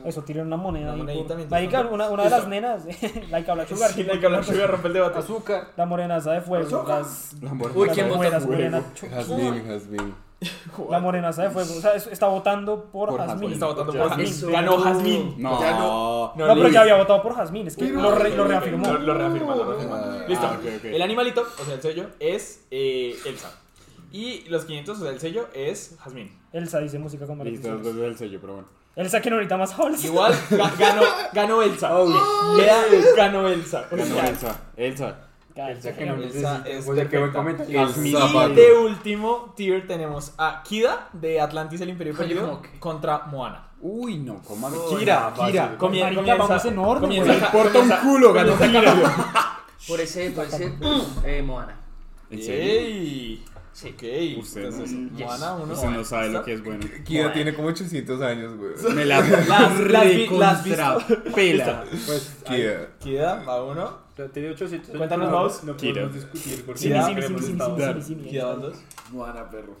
B: Eso, tiren una moneda.
C: Una
B: ahí
C: monedita
B: por-
C: mientras
B: Marica,
C: tanto.
B: una, una de las nenas, Laika Black Sugar,
C: Sí, hay que hablar, yo voy a romper el debate.
E: Azúcar.
B: la morenaza de fuego. las-
G: La amor-
F: Uy,
B: las
F: ¿quién vota
B: buenas,
F: por
B: morena-
D: Jasmine, Jasmine.
B: La morenaza de fuego. O sea, es- está votando por,
G: Por
B: Jazmín.
G: Jazmín.
C: Está votando
G: Eso.
C: por Jazmín. Ganó Jazmín.
G: No.
H: Ya
G: no.
B: No, pero
C: Luis.
B: ya había votado por Jazmín. Es que lo, re- lo reafirmó.
C: Lo, lo reafirma, lo reafirma.
G: Ah,
C: Listo.
G: ok, ok.
C: El animalito, o sea, el sello, es eh, Elsa. Y los 500, o sea, el sello es Jazmín.
B: Elsa dice música con malas
G: Listo,
B: decisiones.
G: entonces el sello, pero bueno.
B: Elsa que no ahorita más hablas.
C: Igual ga- ganó, ganó Elsa.
B: Oh,
C: Queda- ganó Elsa. O
G: Ganó Eh,
C: sea,
G: Elsa. Elsa.
B: Elsa
E: pues, que no
B: que
C: Elsa es
E: Voy a pues, que voy
C: perfecta.
E: comentar.
C: Y
D: Zapato.
C: de último tier tenemos a Kida de Atlantis el Imperio
F: Oye,
C: Perdido
F: ¿cómo que?
C: contra Moana.
G: Uy, no, coma.
C: Kira,
G: Kira.
C: Comien-
B: Marica,
C: comienza-
B: vamos en orden,
C: comienza-
B: güey.
G: Porta un culo, ganó Kira.
F: Por ese, por ese. Eh, Moana.
G: ¿En serio?
C: Ey.
F: Sí.
C: Ok.
G: Usted
C: Entonces,
F: no.
C: Moana, uno.
G: Usted no sabe lo que es bueno.
D: Kira tiene como 800 años, güey.
G: Me la
C: Las- las vi- las
G: pela.
E: Pues,
D: Kira.
C: Kida, va uno.
E: ay, tiene 800.
C: Cuéntanos, Maus.
E: No
G: Kira.
E: podemos discutir porque
C: Sí,
B: Simi,
C: Ya,
B: simi, simi,
E: queremos
B: simi,
E: Star
B: simi,
E: Wars.
B: simi, simi,
C: Kida, va
B: Elsa.
C: dos.
E: Moana, perro.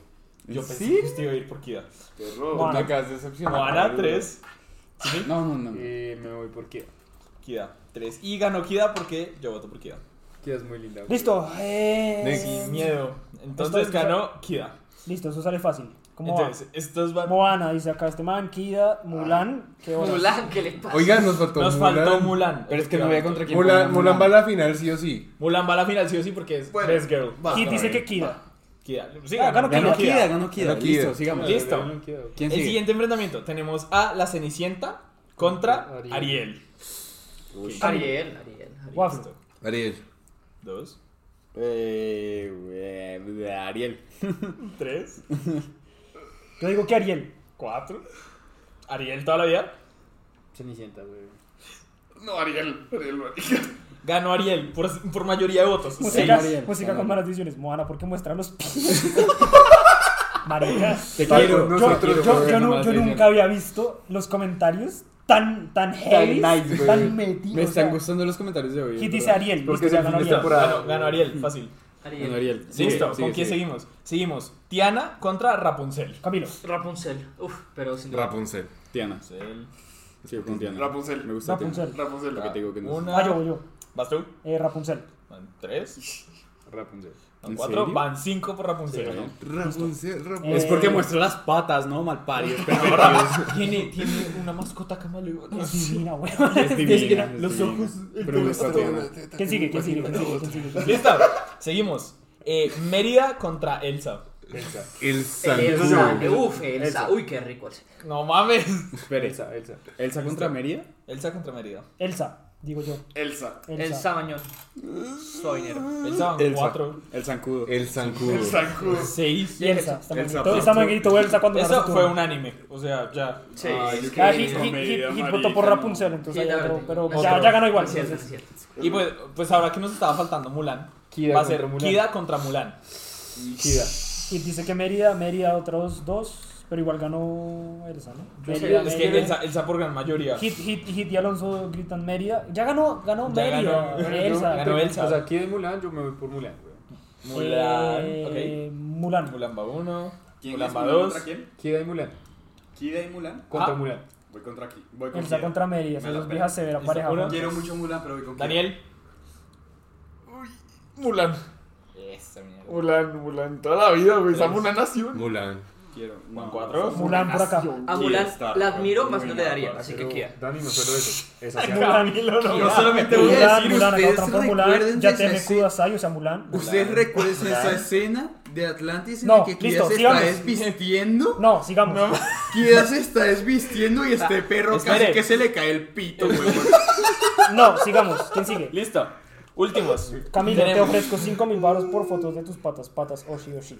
C: Yo pensé que usted iba a ir por Kida.
H: Perro.
D: Me
B: Moana.
D: acabas de decepcionar.
C: Moana 3,
G: No, no, no.
E: Eh, me voy por Kira.
C: Kida 3. Y ganó Kida porque yo voto por Kida.
E: Kira es muy linda. güey.
B: Listo.
D: Next.
B: Eh,
C: Sin miedo. Entonces
B: Entonces,
C: ganó Kida.
B: listo, eso sale fácil. ¿Cómo va?
C: Entonces, estos van.
B: Moana dice acá este man, Kida,
C: Ah.
B: Mulan. ¿Qué hora?
F: Mulan, ¿qué le pasa?
D: Oigan, nos faltó
C: Nos
D: Mulan.
C: faltó Mulan.
G: Pero es que no había contra quién.
D: Mulan, Mulan va a la final, sí o sí.
C: Mulan va a la final, sí o sí, porque es
D: Bueno.
C: Best Girl.
D: Va,
B: Kid
D: va,
B: dice
D: va.
B: que Kida.
C: Kida. Sí,
B: Ah,
C: ganó,
B: ganó
G: Ganó
C: ganó
B: Kira.
G: Kida, ganó Kira.
D: Ganó Kira.
G: Listo, sigamos.
C: Listo.
E: Ganó Kira, güey.
G: ¿Quién
C: El
G: sigue?
C: siguiente enfrentamiento tenemos a la Cenicienta contra Ariel.
E: Ariel.
F: Ariel, Ariel. Ariel.
B: Guau.
D: Ariel.
C: Dos,
G: Eh, eh, Ariel.
C: tres,
B: Yo digo que Ariel.
C: cuatro. Ariel toda la vida.
E: Cenicienta, güey.
H: No, Ariel. Ariel, Ariel.
C: Ganó Ariel por, por mayoría de votos. Seis.
B: Música,
G: Ariel.
B: música con malas decisiones. Moana, ¿por qué muestra los pies? Marica.
G: Te
B: Yo,
G: quiero.
B: yo-
G: nosotros,
B: yo-
G: pero
B: yo
G: bueno,
B: nu-
G: malas
B: yo
G: decisiones.
B: nunca había visto los comentarios tan, tan heavy, tan,
G: nice, güey.
B: metidos.
G: Me
B: o
G: están
B: sea,
G: gustando los comentarios de hoy.
B: Hit dice
G: ¿verdad?
B: Ariel. listo,
E: Porque es el
B: ya
E: fin
B: ganó
E: de
B: Ariel.
E: temporada.
C: Ganó, ganó Ariel, fácil.
G: Bueno,
F: Ariel.
G: Ariel. Sigue,
C: Listo,
G: sigue,
C: ¿con quién
G: sigue.
C: seguimos? Seguimos. Tiana contra Rapunzel.
B: Camilo.
F: Rapunzel. Uf, pero sin duda.
D: Rapunzel.
G: Tiana. Sigo con Tiana.
H: Rapunzel.
G: Me gusta
B: Rapunzel.
H: Rapunzel.
G: Tiana. Lo que te digo que no.
C: Una.
B: Ah, yo, voy yo.
C: ¿Vas tú?
B: Eh, Rapunzel.
C: Van tres.
E: Rapunzel.
C: Van
G: ¿En
C: cuatro.
G: serio?
C: Van cinco por Rapunzel.
G: Sí,
D: Rapunzel, Rapunzel.
G: Es porque
B: Eh,
G: muestra las patas, ¿no? Malparios.
C: Tiene, tiene una mascota camaleón.
B: Es divina, güey.
G: Es divina. Los ojos. Pero no está Tiana.
B: ¿Quién sigue? ¿Quién sigue? ¿Quién sigue? ¿Quién sigue?
C: Listo. Seguimos. eh, Mérida contra Elsa.
E: Elsa.
D: El
F: Elsa,
D: Santur.
F: uf, Elsa, uy, qué rico. Elsa.
C: No mames.
E: Espera, Elsa, Elsa. ¿Elsa contra Mérida?
C: Elsa contra Mérida.
B: Elsa, digo yo.
E: Elsa.
B: Elsa.
F: El Sabañón. Soy negro.
C: Elsa van
D: Elsa.
C: 4.
E: El zancudo.
D: El Sancudo.
C: 6.
B: Y Elsa, está
E: Elsa,
B: manguito. Está
E: por-
B: manguito Elsa cuando ganó
C: Eso
B: su
C: fue
B: turno.
C: un anime. O sea, ya.
F: Sí,
E: Ay,
F: es
E: yo
F: que-
B: Ah,
E: creo
B: Hit-
E: que-
B: Hit- Hit- Hit
E: Marica,
B: votó por
E: no.
B: Rapunzel, entonces
F: Sí,
B: ya,
F: la
B: otro,
F: verdad.
B: pero
F: No,
B: ya,
F: pero-
B: ya ganó igual.
F: Es cierto, es cierto.
C: Y pues, pues ahora que nos estaba faltando Mulan.
E: Kida
C: va a ser
E: contra Mulan.
C: Kida contra Mulan.
E: Kida.
B: Y dice que Mérida, Mérida otros dos, pero igual ganó Elsa, ¿no? Mérida,
C: Es que
B: Mérida.
C: Elsa, Elsa por gran mayoría.
B: Hit, hit, hit y Alonso gritan Mérida. Ya ganó, ganó
C: Ya
B: Mérida.
C: ganó.
B: Elsa.
C: Ganó Elsa.
E: O sea, aquí de Mulan, yo me voy por Mulan, güey.
C: Mulan.
B: Eh,
C: Ok.
B: Mulan.
C: Mulan va 1.
G: ¿Quién es
C: Mulan va
G: Mulan
C: 2.
G: contra quién?
E: Kida y Mulan.
G: Kida y Mulan.
E: Contra
C: Ah.
E: Mulan.
G: Voy contra aquí. Voy con
B: Elsa
G: Kida.
B: contra Mérida.
G: Me
B: Esas
G: la
B: dos
G: pela.
B: viejas severa
C: Elsa
B: pareja.
C: pura.
B: ¿no?
G: Quiero mucho Mulan, pero voy con Kida.
C: Daniel.
H: Mulan.
C: Esa mierda.
H: Mulan, Mulan. Toda la vida, güey. Estamos una nación.
D: Mulan.
G: Quiero.
C: Van 4.
B: Mulan por acá.
F: A
G: Kida
F: Mulan
G: está
F: la admiro,
G: muy
F: más no le
G: guapa,
F: daría. Así que
E: Pero
F: Kia.
E: Dani, no solo eso. Esa sí.
B: Mulan y lo
G: Yo
B: logra.
G: solamente voy a
B: Mulan,
G: decir,
B: Mulan, acá
G: ustedes
B: otra por Mulan.
G: recuerden
B: Ya
G: esa
B: te me
G: escena.
B: cudas ahí, o sea, Mulan.
G: ¿Ustedes recuerdan esa escena de Atlantis en
B: No,
G: la que Kida
B: listo,
G: se
B: sigamos.
G: está desvistiendo?
B: No, sigamos.
G: Kida se está desvistiendo y este perro
C: espere.
G: casi que se le cae el pito, güey.
B: No, sigamos. ¿Quién sigue?
C: Listo. Últimos.
B: Camilo, te
C: Tenemos-
B: ofrezco 5 mil baros por fotos de tus patas, patas, oh, oshi, oshi.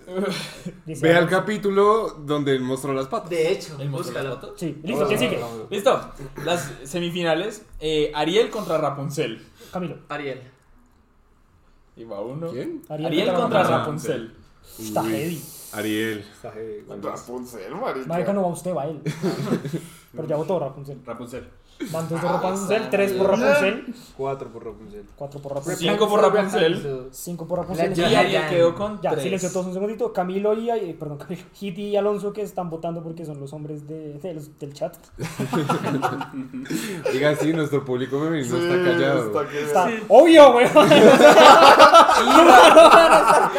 B: Dice
D: Ve al
B: Alonso.
D: capítulo donde él mostró las patas.
F: De hecho,
C: ¿El monstruo de las
F: búscalo.
C: fotos?
B: Sí, listo, ¿quién sigue?
C: Listo. Las semifinales. eh, Ariel contra Rapunzel.
B: Camilo.
F: Ariel.
C: Y va uno.
D: ¿Quién?
C: Ariel,
B: contra
C: contra
D: Rapunzel.
C: Rapunzel.
B: Está
D: Uy,
B: heavy.
D: Ariel.
E: Saje, güey.
H: Rapunzel, marica.
B: Marica no va usted, va él. Pero ya votó Rapunzel.
G: Rapunzel.
B: Van dos de Rapunzel, tres por Rapunzel,
E: Cuatro por Rapunzel.
B: cuatro por Rapunzel,
C: Cinco por Rapunzel.
E: Eso.
B: cinco por Rapunzel.
C: Y Ariel quedó con
B: Ya,
C: tres.
B: silencio todos un segundito. Camilo y, eh, perdón, Camilo, Hit y Alonso que están votando porque son los hombres de, de los- del chat.
D: Diga, sí, nuestro público femenino está callado.
H: Está que-
B: Está obvio, güey.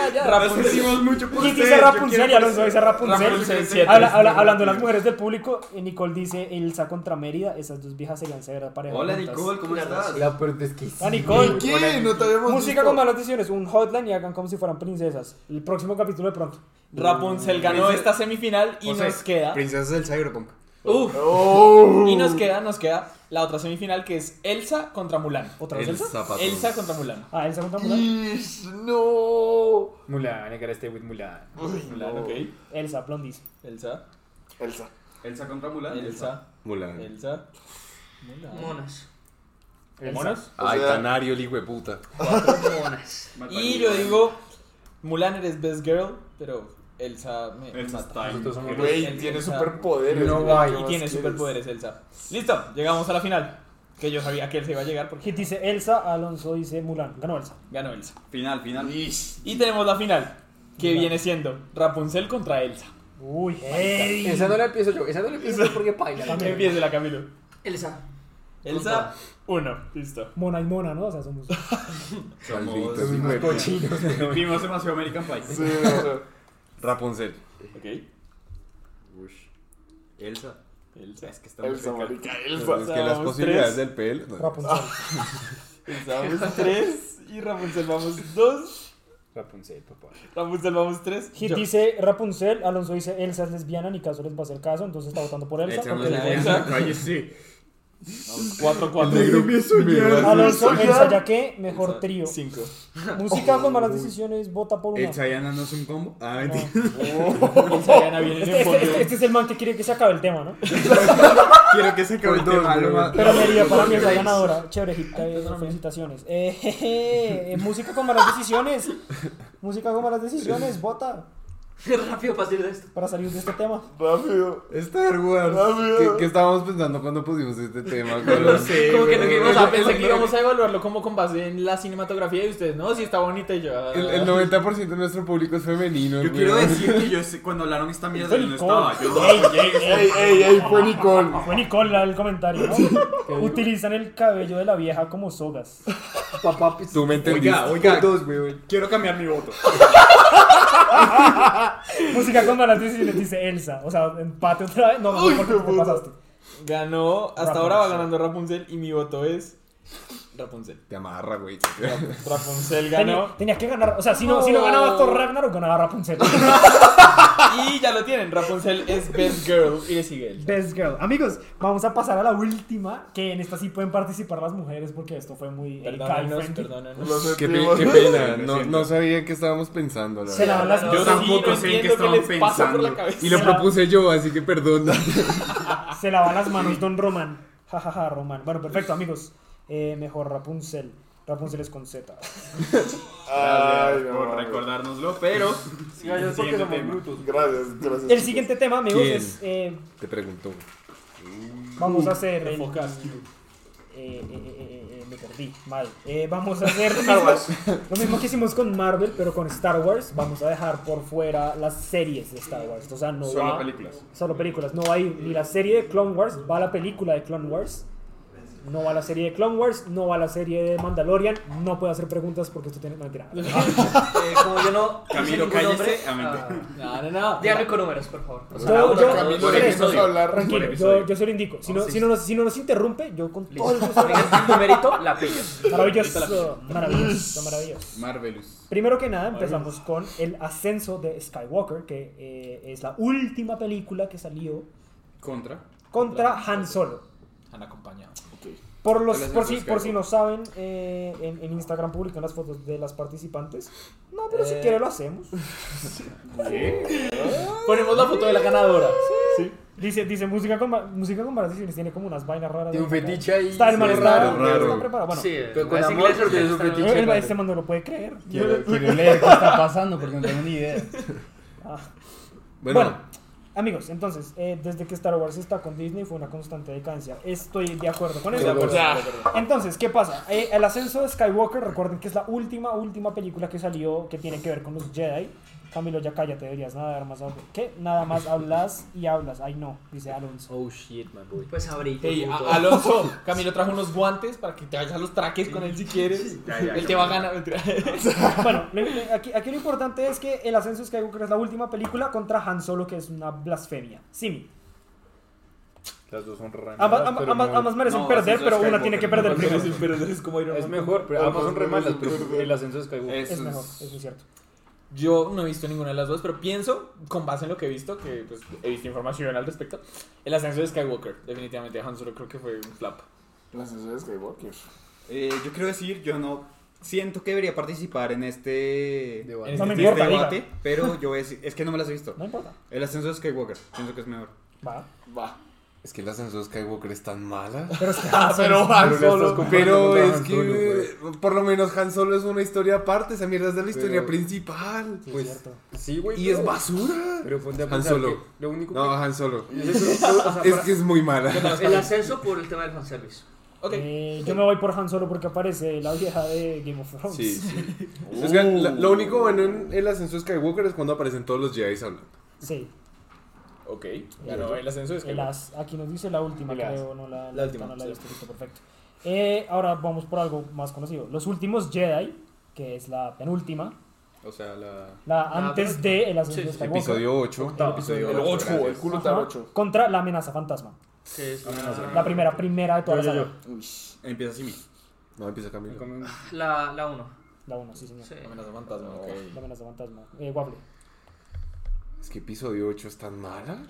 G: Nos
C: Rapunzel.
G: hicimos mucho por
B: Hit dice
G: ustedes, yo
B: Rapunzel
G: quiero
B: y Alonso dice
C: Rapunzel
B: Rapunzel.
C: siete.
B: Habla- habla- hablando de las mujeres del público, eh, Nicole dice Elsa contra Mérida. Esas dos viejas serían severas parejas.
G: Hola Nicole, ¿cómo estás?
E: La puerta es que sí.
B: Ah, Nicole.
H: ¿Qué? No te habíamos
B: Música
H: visto.
B: con malas decisiones, un hotline y hagan como si fueran princesas. El próximo capítulo de pronto.
C: Rapunzel ganó esta semifinal y nos queda.
G: Princesa del Cyberpunk.
C: Uf.
H: Oh.
C: Y nos queda, nos queda la otra semifinal que es Elsa contra Mulan.
B: ¿Otra vez
D: El
B: Elsa?
D: zapato.
C: Elsa contra Mulan.
B: Ah, Elsa contra Mulan.
H: Ish, no.
E: Mulan, I gotta stay with Mulan.
C: Mulan, ok.
B: Elsa, Blondis.
C: Oh. Elsa.
H: Elsa.
G: Ah, Elsa contra Mulan.
C: Elsa.
D: Mulan.
C: Elsa. Mulan.
F: Monas.
C: Monos.
D: Ay,
H: O sea-
D: canario, el hijo de puta.
F: Monas.
C: Y yo digo, Mulan eres best girl, pero Elsa me
G: Elsa
C: mata.
G: está
E: Nosotros somos-
H: Güey,
C: El-
H: tiene
C: Elsa.
H: superpoderes.
E: No
H: güey,
E: va,
H: ¿qué
C: Y
H: más
C: tiene
H: quieres?
C: superpoderes Elsa. Listo, llegamos a la final. Que yo sabía que Elsa iba a llegar porque
B: Hit dice Elsa, Alonso dice Mulan. Ganó Elsa.
C: ganó Elsa.
G: Final, final.
C: Y tenemos la final, que viene siendo Rapunzel contra Elsa.
B: Uy, hey.
E: Esa no la empiezo yo, esa no la empiezo yo porque baila.
B: También.
C: Empieza la Camilo.
F: Elsa.
C: Elsa, uno, listo.
B: Mona y Mona, ¿no? O sea, somos.
D: Maldito
G: Somos
D: hijo de puta.
G: Vivimos demasiado American Pie.
H: Sí, o sea,
D: Rapunzel.
C: Ok,
G: Elsa.
C: Elsa.
G: que está
H: Elsa, marica, Elsa.
D: Pues, Es que las
C: Vamos,
D: posibilidades
C: tres.
D: del pelo. pues. no.
B: Rapunzel.
C: Elsa vamos tres y Rapunzel vamos dos.
E: Rapunzel, papá.
C: Rapunzel vamos tres.
B: Hit
C: Yo.
B: dice Rapunzel, Alonso dice Elsa es lesbiana, ni caso les va a hacer caso, entonces está votando por Elsa.
G: Elsa no
B: porque-
G: es
C: Elsa.
G: Cállese.
C: Cuatro, cuatro.
B: Alonso, Elsa, ya que mejor trío.
C: Cinco.
B: Música con malas decisiones, vota por una.
G: El Sayana no es un combo. Ah, mentira.
C: Elsa Diana viene en
B: Este,
C: el
B: este-
C: fondo.
B: este- este es el man que quiere que se acabe el tema, ¿no?
G: Quiero que se acabe el tema, lo más-
B: Pero Mérida para mí es la ganadora. Chévere, Hit, eh, felicitaciones. Eh, jeje, eh, música con malas decisiones. Música con malas decisiones, vota
F: Rápido para salir de esto.
B: para salir de este tema.
H: Rápido.
D: Star Wars.
H: Rápido.
D: ¿Qué, qué estábamos pensando cuando pusimos este tema?
F: Como
D: cabrón?
F: que no
C: este. O
F: queremos
C: sea,
F: a
C: pensé que íbamos a evaluarlo como con base en la cinematografía y ustedes, no, si está bonita y yo. ah.
D: El, el 90% de nuestro público es femenino.
G: Yo
D: güey.
G: quiero decir que yo sé- cuando hablaron esta mierda
B: Fue
G: yo no
B: Nicole.
G: estaba. Yo
B: Ey, ey,
H: Ey,
B: ey.
H: ey, ey, fue Nicole.
B: Fue Nicole la del comentario, ¿no? Utilizan el cabello de la vieja como sogas.
E: Papá, pues,
D: Tú me entendiste.
G: Oiga, oiga.
E: Dos, güey.
G: quiero cambiar mi voto.
B: Música con malas decisiones, dice Elsa. O sea, empate otra vez. No, no, no, porque te pasaste.
C: Ganó, hasta ahora va ganando Rapunzel y mi voto es Rapunzel.
D: Te amarra, güey.
C: Rapunzel
B: Tenía,
C: ganó.
B: tenía que ganar, o sea, si no, si no ganaba Thor Ragnarok, ganaba Rapunzel.
C: Y ya lo tienen. Rapunzel es Best Girl y le sigue él.
B: Best Girl. Amigos, vamos a pasar a la última, que en esta sí pueden participar las mujeres porque esto fue muy eh, guy
C: Perdónanos,
B: friendly.
C: perdónanos.
H: Lo
D: Qué,
H: sentimos.
D: pe- qué pena. No, no sabía qué estábamos pensando. La
B: Se la van
D: verdad.
B: las
C: Yo
G: Yo
C: sí,
G: tampoco
C: no
G: sé en qué
C: entiendo qué
G: estaban
C: les pasa por la
G: pensando.
C: cabeza.
D: Y lo propuse yo, así que perdona.
B: Se lava las manos Don Román. Jajaja, Román. Bueno, perfecto, amigos. Eh, mejor Rapunzel. Rapunzel es con Z.
H: Ay,
G: Gracias
H: no,
G: por
H: madre.
G: recordárnoslo, pero.
E: Gracias porque
G: Siguiente
E: somos
G: tema.
E: brutos.
H: Gracias, gracias.
B: El siguiente tema, amigos,
D: ¿Quién?
B: es. eh,
D: Te pregunto.
B: vamos a hacer. el- eh, eh, eh, eh, eh, me perdí, mal. Eh, vamos a hacer lo mismo, lo mismo que hicimos con Marvel, pero con Star Wars. Vamos a dejar por fuera las series de Star Wars. O sea, no
G: Solo
B: va-
G: películas.
B: Solo películas. No hay ni la serie de Clone Wars, va la película de Clone Wars. No va la serie de Clone Wars, no va la serie de Mandalorian. No puedo hacer preguntas porque esto tiene. No, mentira.
F: Eh, como yo no.
G: Camilo,
F: no sé ningún
G: cállese.
F: nombre,
G: Ah, mentira.
C: No, no, no.
F: Díganme con números, por favor. O sea,
B: Yo-
F: ahora
B: yo-
F: con-
H: Camilo,
F: con-
H: déjenos
F: episodio.
H: hablar.
B: Tranquilo,
G: episodio.
B: yo, yo se lo indico. Si no,
F: Oh, sí.
B: si, no nos, si no nos interrumpe, yo con todo el
F: Listo.
B: gusto.
F: Oigan, el numerito, la pilla.
B: Maravilloso, maravilloso, maravilloso.
G: Marvelous.
B: Primero que nada, empezamos con el ascenso de Skywalker, que eh, es la última película que salió
G: Contra.
B: contra Han Solo.
C: Han acompañado.
B: Por, los,
G: El
B: por, si,
G: ascenso de
B: por si no saben, eh, en, en Instagram publican las fotos de las participantes. No, pero si quiere lo hacemos.
C: Ponemos la foto de la ganadora.
B: Dice, dice música con ma- música con variaciones, tiene como unas vainas raras.
E: Tiene un
B: Acá.
E: fetiche ahí.
B: Está el man
E: Sí,
B: está,
D: raro,
B: está
D: raro.
B: preparado. Bueno,
F: Sí,
E: Pero con
F: las
E: amor,
F: iglesias
E: porque es un
F: están-
E: fetiche.
B: el-
E: raro.
B: este man no lo puede creer.
D: Quiero-
I: Quiero leer qué está pasando porque no tengo ni idea.
B: Ah.
D: Bueno,
B: Bueno, amigos, entonces, eh, desde que Star Wars está con Disney fue una constante decadencia. Estoy de acuerdo con eso.
C: O sea,
B: Entonces, ¿qué pasa? Eh, el ascenso de Skywalker, recuerden que es la última, última película que salió que tiene que ver con los Jedi. Camilo, ya cállate, deberías nadar más hablas. ¿Qué? Nada más hablas y hablas. Ay, no, dice Alonso.
E: Oh shit, my boy.
F: Pues abrí.
C: hey, a- Alonso, Camilo trajo unos guantes para que te hagas los traques con él si quieres.
G: Ya, ya,
C: Él
G: ya.
C: te va a ganar. mentira.
B: Bueno, lo- lo- aquí, aquí lo importante es que el ascenso de Skywalker es la última película contra Han Solo, que es una blasfemia. Simi,
E: Las dos son raras.
B: ambas, ambas- ambas- ambas merecen
G: No,
B: perder,
G: Ascenso de
B: pero una
G: Skywalker,
B: tiene que perder
G: no,
B: primero.
C: Sí, Pero es como Iron
E: Es
C: Man.
E: mejor, pero ambas son re malas, pero
H: pero
E: el ascenso de Skywalker.
B: Es
G: Eso
B: mejor, eso es cierto.
C: Yo no he visto ninguna de las dos, pero pienso, con base en lo que he visto, que pues, he visto información al respecto, el ascenso de Skywalker, definitivamente. Han Solo creo que fue un flap.
H: La ascensión de Skywalker.
G: Eh, yo quiero decir, yo no siento que debería participar en este
E: Debate.
G: en
B: No me
G: este
B: importa,
G: debate, pero yo voy a decir, es que no me las he visto.
B: No importa.
G: El ascenso de Skywalker, pienso que es mejor.
B: Va.
H: Va.
D: es que el ascenso de Skywalker es tan mala.
B: Pero es que Han Solo-
D: Han
E: Solo.
D: Pero
E: comparando
D: es
E: con
D: que por lo menos Han Solo es una historia aparte. Esa mierda es de la historia
E: Pero-
D: principal.
B: Sí, es
E: Pues,
B: cierto.
E: sí, güey.
D: Y
E: pero-
D: es basura.
E: Pero ponte a
D: Han
E: pensar
D: Solo.
E: que Lo único que.
D: No, Han Solo.
E: Yo sé que- o sea,
D: Es
E: para-
D: que es muy mala.
F: El ascenso por el tema del fanservice.
C: Ok.
B: Eh, yo me voy por Han Solo porque aparece la vieja de Game of Thrones.
D: Sí, sí. Uh. Es que la- lo único bueno en el ascenso de Skywalker es cuando aparecen todos los Jedi hablando.
B: Sí,
C: Ok. Ganó el ascenso de
B: el
C: Skywalker.
B: as- aquí nos dice la última,
E: El as.
B: creo, no la,
C: La última,
B: no la
C: sí.
B: he visto, listo, perfecto. Eh, ahora vamos por algo más conocido. Los últimos Jedi, que es la penúltima,
G: O sea, la
B: la
F: Ah,
B: antes
F: pero-
B: de el ascenso
F: sí,
B: de
F: sí,
B: Skywalker.
D: Episodio 8.
B: El episodio
D: Episodio ocho,
B: ocho.
D: gracias.
H: culo
B: Ajá, Contra la amenaza fantasma.
F: Que es
B: La
F: la
B: primera, primera de todas
E: Yo,
B: las
E: yo,
B: saga.
G: empieza así.
D: No, empieza Camilo.
E: Como-
F: La la uno.
B: La 1, sí, señor.
F: Sí.
C: Amenaza fantasma. ok.
B: La amenaza fantasma. Eh, Waffle.
D: Es que episodio 8 es tan mala.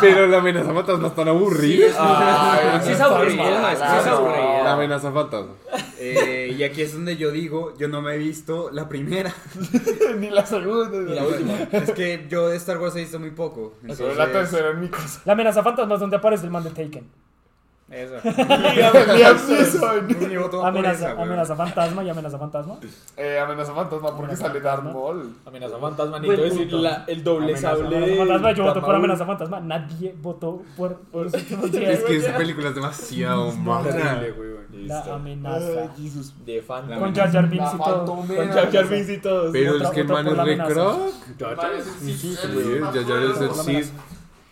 D: Pero la amenaza fantasma es tan aburrida.
F: Sí es aburrida, es que sí es
D: La
F: aburrida.
D: amenaza fantasma.
G: Eh, y aquí es donde yo digo, yo no me he visto la primera.
H: Ni la segunda.
C: Y la última.
G: es que yo de Star Wars he visto muy poco.
H: Pero
G: entonces-
H: la tercera en mi casa.
B: La amenaza fantasma es donde aparece el man de Taken.
G: Eso.
H: Ni a mí son.
G: Ni voto por esa,
B: Amenaza,
G: güey.
B: amenaza fantasma y amenaza fantasma.
H: Eh, amenaza fantasma porque sale Darth Maul.
C: Amenaza fantasma.
F: Buen
C: Necesito decir
F: punto.
C: la- el doble
G: Amenaza
C: sable.
B: Amenaza
C: de
B: fantasma, yo voto por
C: Damaú.
B: amenaza fantasma. Nadie votó por, por los últimos
D: Es
B: días.
D: que esa película es demasiado mala.
E: Terrible, güey, güey.
B: La
C: Listo.
B: amenaza.
C: De fan.
B: Con Jar Jar Binks
H: La
B: y todo.
H: Fantomera.
C: Con Jar Jar Binks y todos.
D: Pero
B: Otra-
D: es que el
B: otra
D: man
B: por
D: es
B: la
D: re
B: amenaza.
D: croc.
H: Sí,
D: Sí, ya ya es el Sith.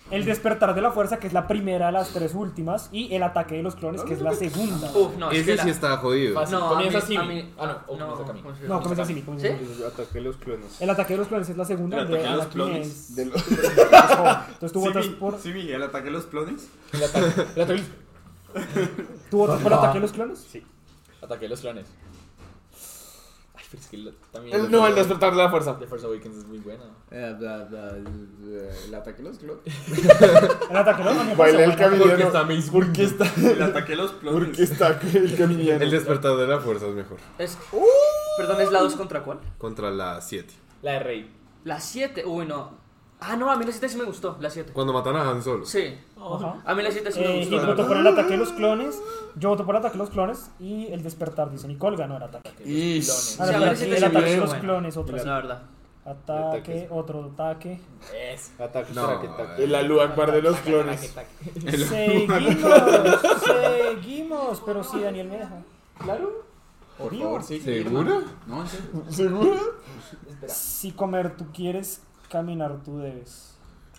B: El despertar de la fuerza, que es la primera de las tres últimas. Y el ataque de los clones, que es la segunda.
F: Uf, no, es que
D: Ese
F: la-
D: sí está jodido.
C: Fácil.
F: No, a
C: comienza
F: mí-
C: así.
F: a mí-
C: Ah, no. o comienza Camilo.
F: ¿cómo se
B: No,
F: llama?
B: comienza así. comienza
F: ¿Sí?
B: así.
E: Yo ataqué los clones.
B: El ataque de los clones es la segunda.
G: El ataque de los
B: Anakin
G: clones.
B: es-
H: De lo-
B: Entonces tú
G: Sí,
B: votas
G: mi-
B: por.
G: sí, mi, el ataque de los clones.
C: El ataque. El ataque.
B: ¿Tú votas por el ataque de los clones?
E: Sí.
C: Ataque de los clones. Ay, pero es que la- también.
D: El- no, el despertar de la fuerza.
C: The Force Awakens es muy buena.
G: Eh, da- da- El ataque de los clones.
B: El ataque, ¿no?
H: Baila el
C: Porque
H: camillero.
C: está Mace Windu.
G: El ataque de los clones.
H: Porque está el camillero.
D: El despertar de la fuerza es mejor.
F: Es, Perdón, ¿es la 2 contra cuál?
D: Contra la 7.
C: La de Rey.
F: La 7. Uy, no. Ah, no, a mí la 7 sí me gustó. La 7.
D: Cuando matan a Han Solo.
F: Sí.
B: Ajá.
F: A mí la 7 sí me
B: Eh,
F: gustó.
B: Hit
F: la
B: votó
F: verdad.
B: por el ataque de los clones. Yo voto por el ataque de los clones. Y el despertar, dice Nicole, ganó el ataque.
D: Y
F: Sí,
B: Ah,
F: a
B: no,
F: mí
B: el ataque-
F: la 7 sí
B: el
F: me
B: ataque de
F: gustó,
B: los
F: bueno.
B: clones, otra
F: Pues, La
B: sí.
F: verdad.
B: Ataque, otro ataque.
C: Es.
E: Ataque,
D: No, eh,
E: ataque, ataque.
D: el
E: Alú Akbar de los clones.
B: Seguimos, seguimos. Pero sí, Daniel me deja.
C: Por
B: Dios.
C: favor, sí.
D: ¿Seguro?
G: No, en serio.
H: ¿Seguro?
B: Si comer tú quieres, caminar tú debes.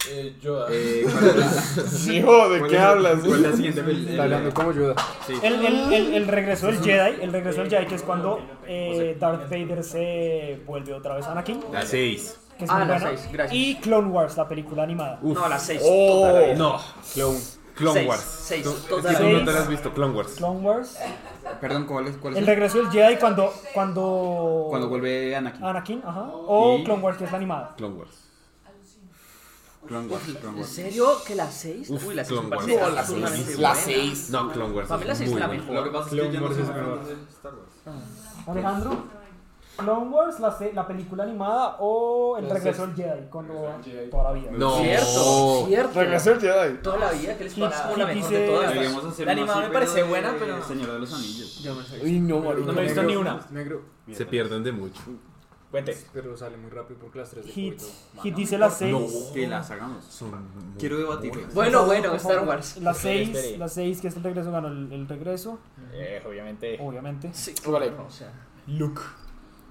C: Eh,
D: ah.
C: Yoda.
G: Eh, ¿cuál es la-
H: Hijo, ¿de qué hablas?
G: cuál es la siguiente película?
E: Está hablando como ayuda.
B: El, el- el- el regreso del Jedi, el regreso del Jedi, que es cuando eh, Darth Vader se vuelve otra vez Anakin,
D: La 6.
B: que es
F: Ah,
B: muy
F: la
B: buena.
F: seis, gracias.
B: Y Clone Wars, la película animada.
F: No, la 6.
D: Oh, no. Clone, Clone
F: Seis,
D: Wars.
F: seis,
D: No, es que
F: total.
D: tú no te
B: Seis.
D: la has visto, Clone Wars.
B: Clone Wars,
G: Perdón, ¿cuál es? ¿Cuál es?
B: el regreso del Jedi cuando cuando
G: Cuando vuelve Anakin.
B: Anakin, ajá, o
G: Y-
B: Clone Wars que es la animada.
D: Clone Wars.
G: Clone Wars, Clone
F: ¿En
G: Wars.
F: serio que la 6?
D: Uf,
F: Uy, la 6
D: Clone
F: me
D: Wars.
F: parece
D: No, la
F: absolutamente
D: seis.
F: buena.
D: No, Clone Wars.
F: Para mí la
D: es
F: 6 es
D: muy
F: la
D: buena.
G: Lo que
F: mejor.
G: pasa es que yo no sé
B: Alejandro, Clone Wars, la, se- la película animada o el regreso del Jedi cuando toda la vida.
D: No.
F: Cierto,
D: Oh.
H: Regresó
F: cierto.
H: el Jedi.
F: Toda la vida que les
B: Sí,
F: pasa como
B: sí,
F: la mejor
B: dice-
F: de todas.
G: Deberíamos hacer
F: La
G: una
F: animada me
G: así, pero
F: parece
G: de
F: buena, pero.
G: Señor de los Anillos.
F: Yo me sé.
H: Uy, no, marica.
C: No me he visto ni una.
E: Negro.
D: Se pierden de mucho.
C: Puente.
E: Pero sale muy rápido porque las 3 de
B: Hit,
E: poquito.
B: Hit dice la 6.
G: Que las hagamos.
D: Son muy-
G: Quiero debatirlas.
F: Bueno, bueno, Star Wars.
B: La
C: Espere,
B: 6,
C: espere.
B: la 6 que es el regreso, ganó el, el regreso,
C: Eh, obviamente.
B: obviamente.
F: Sí. O sea,
C: Luke.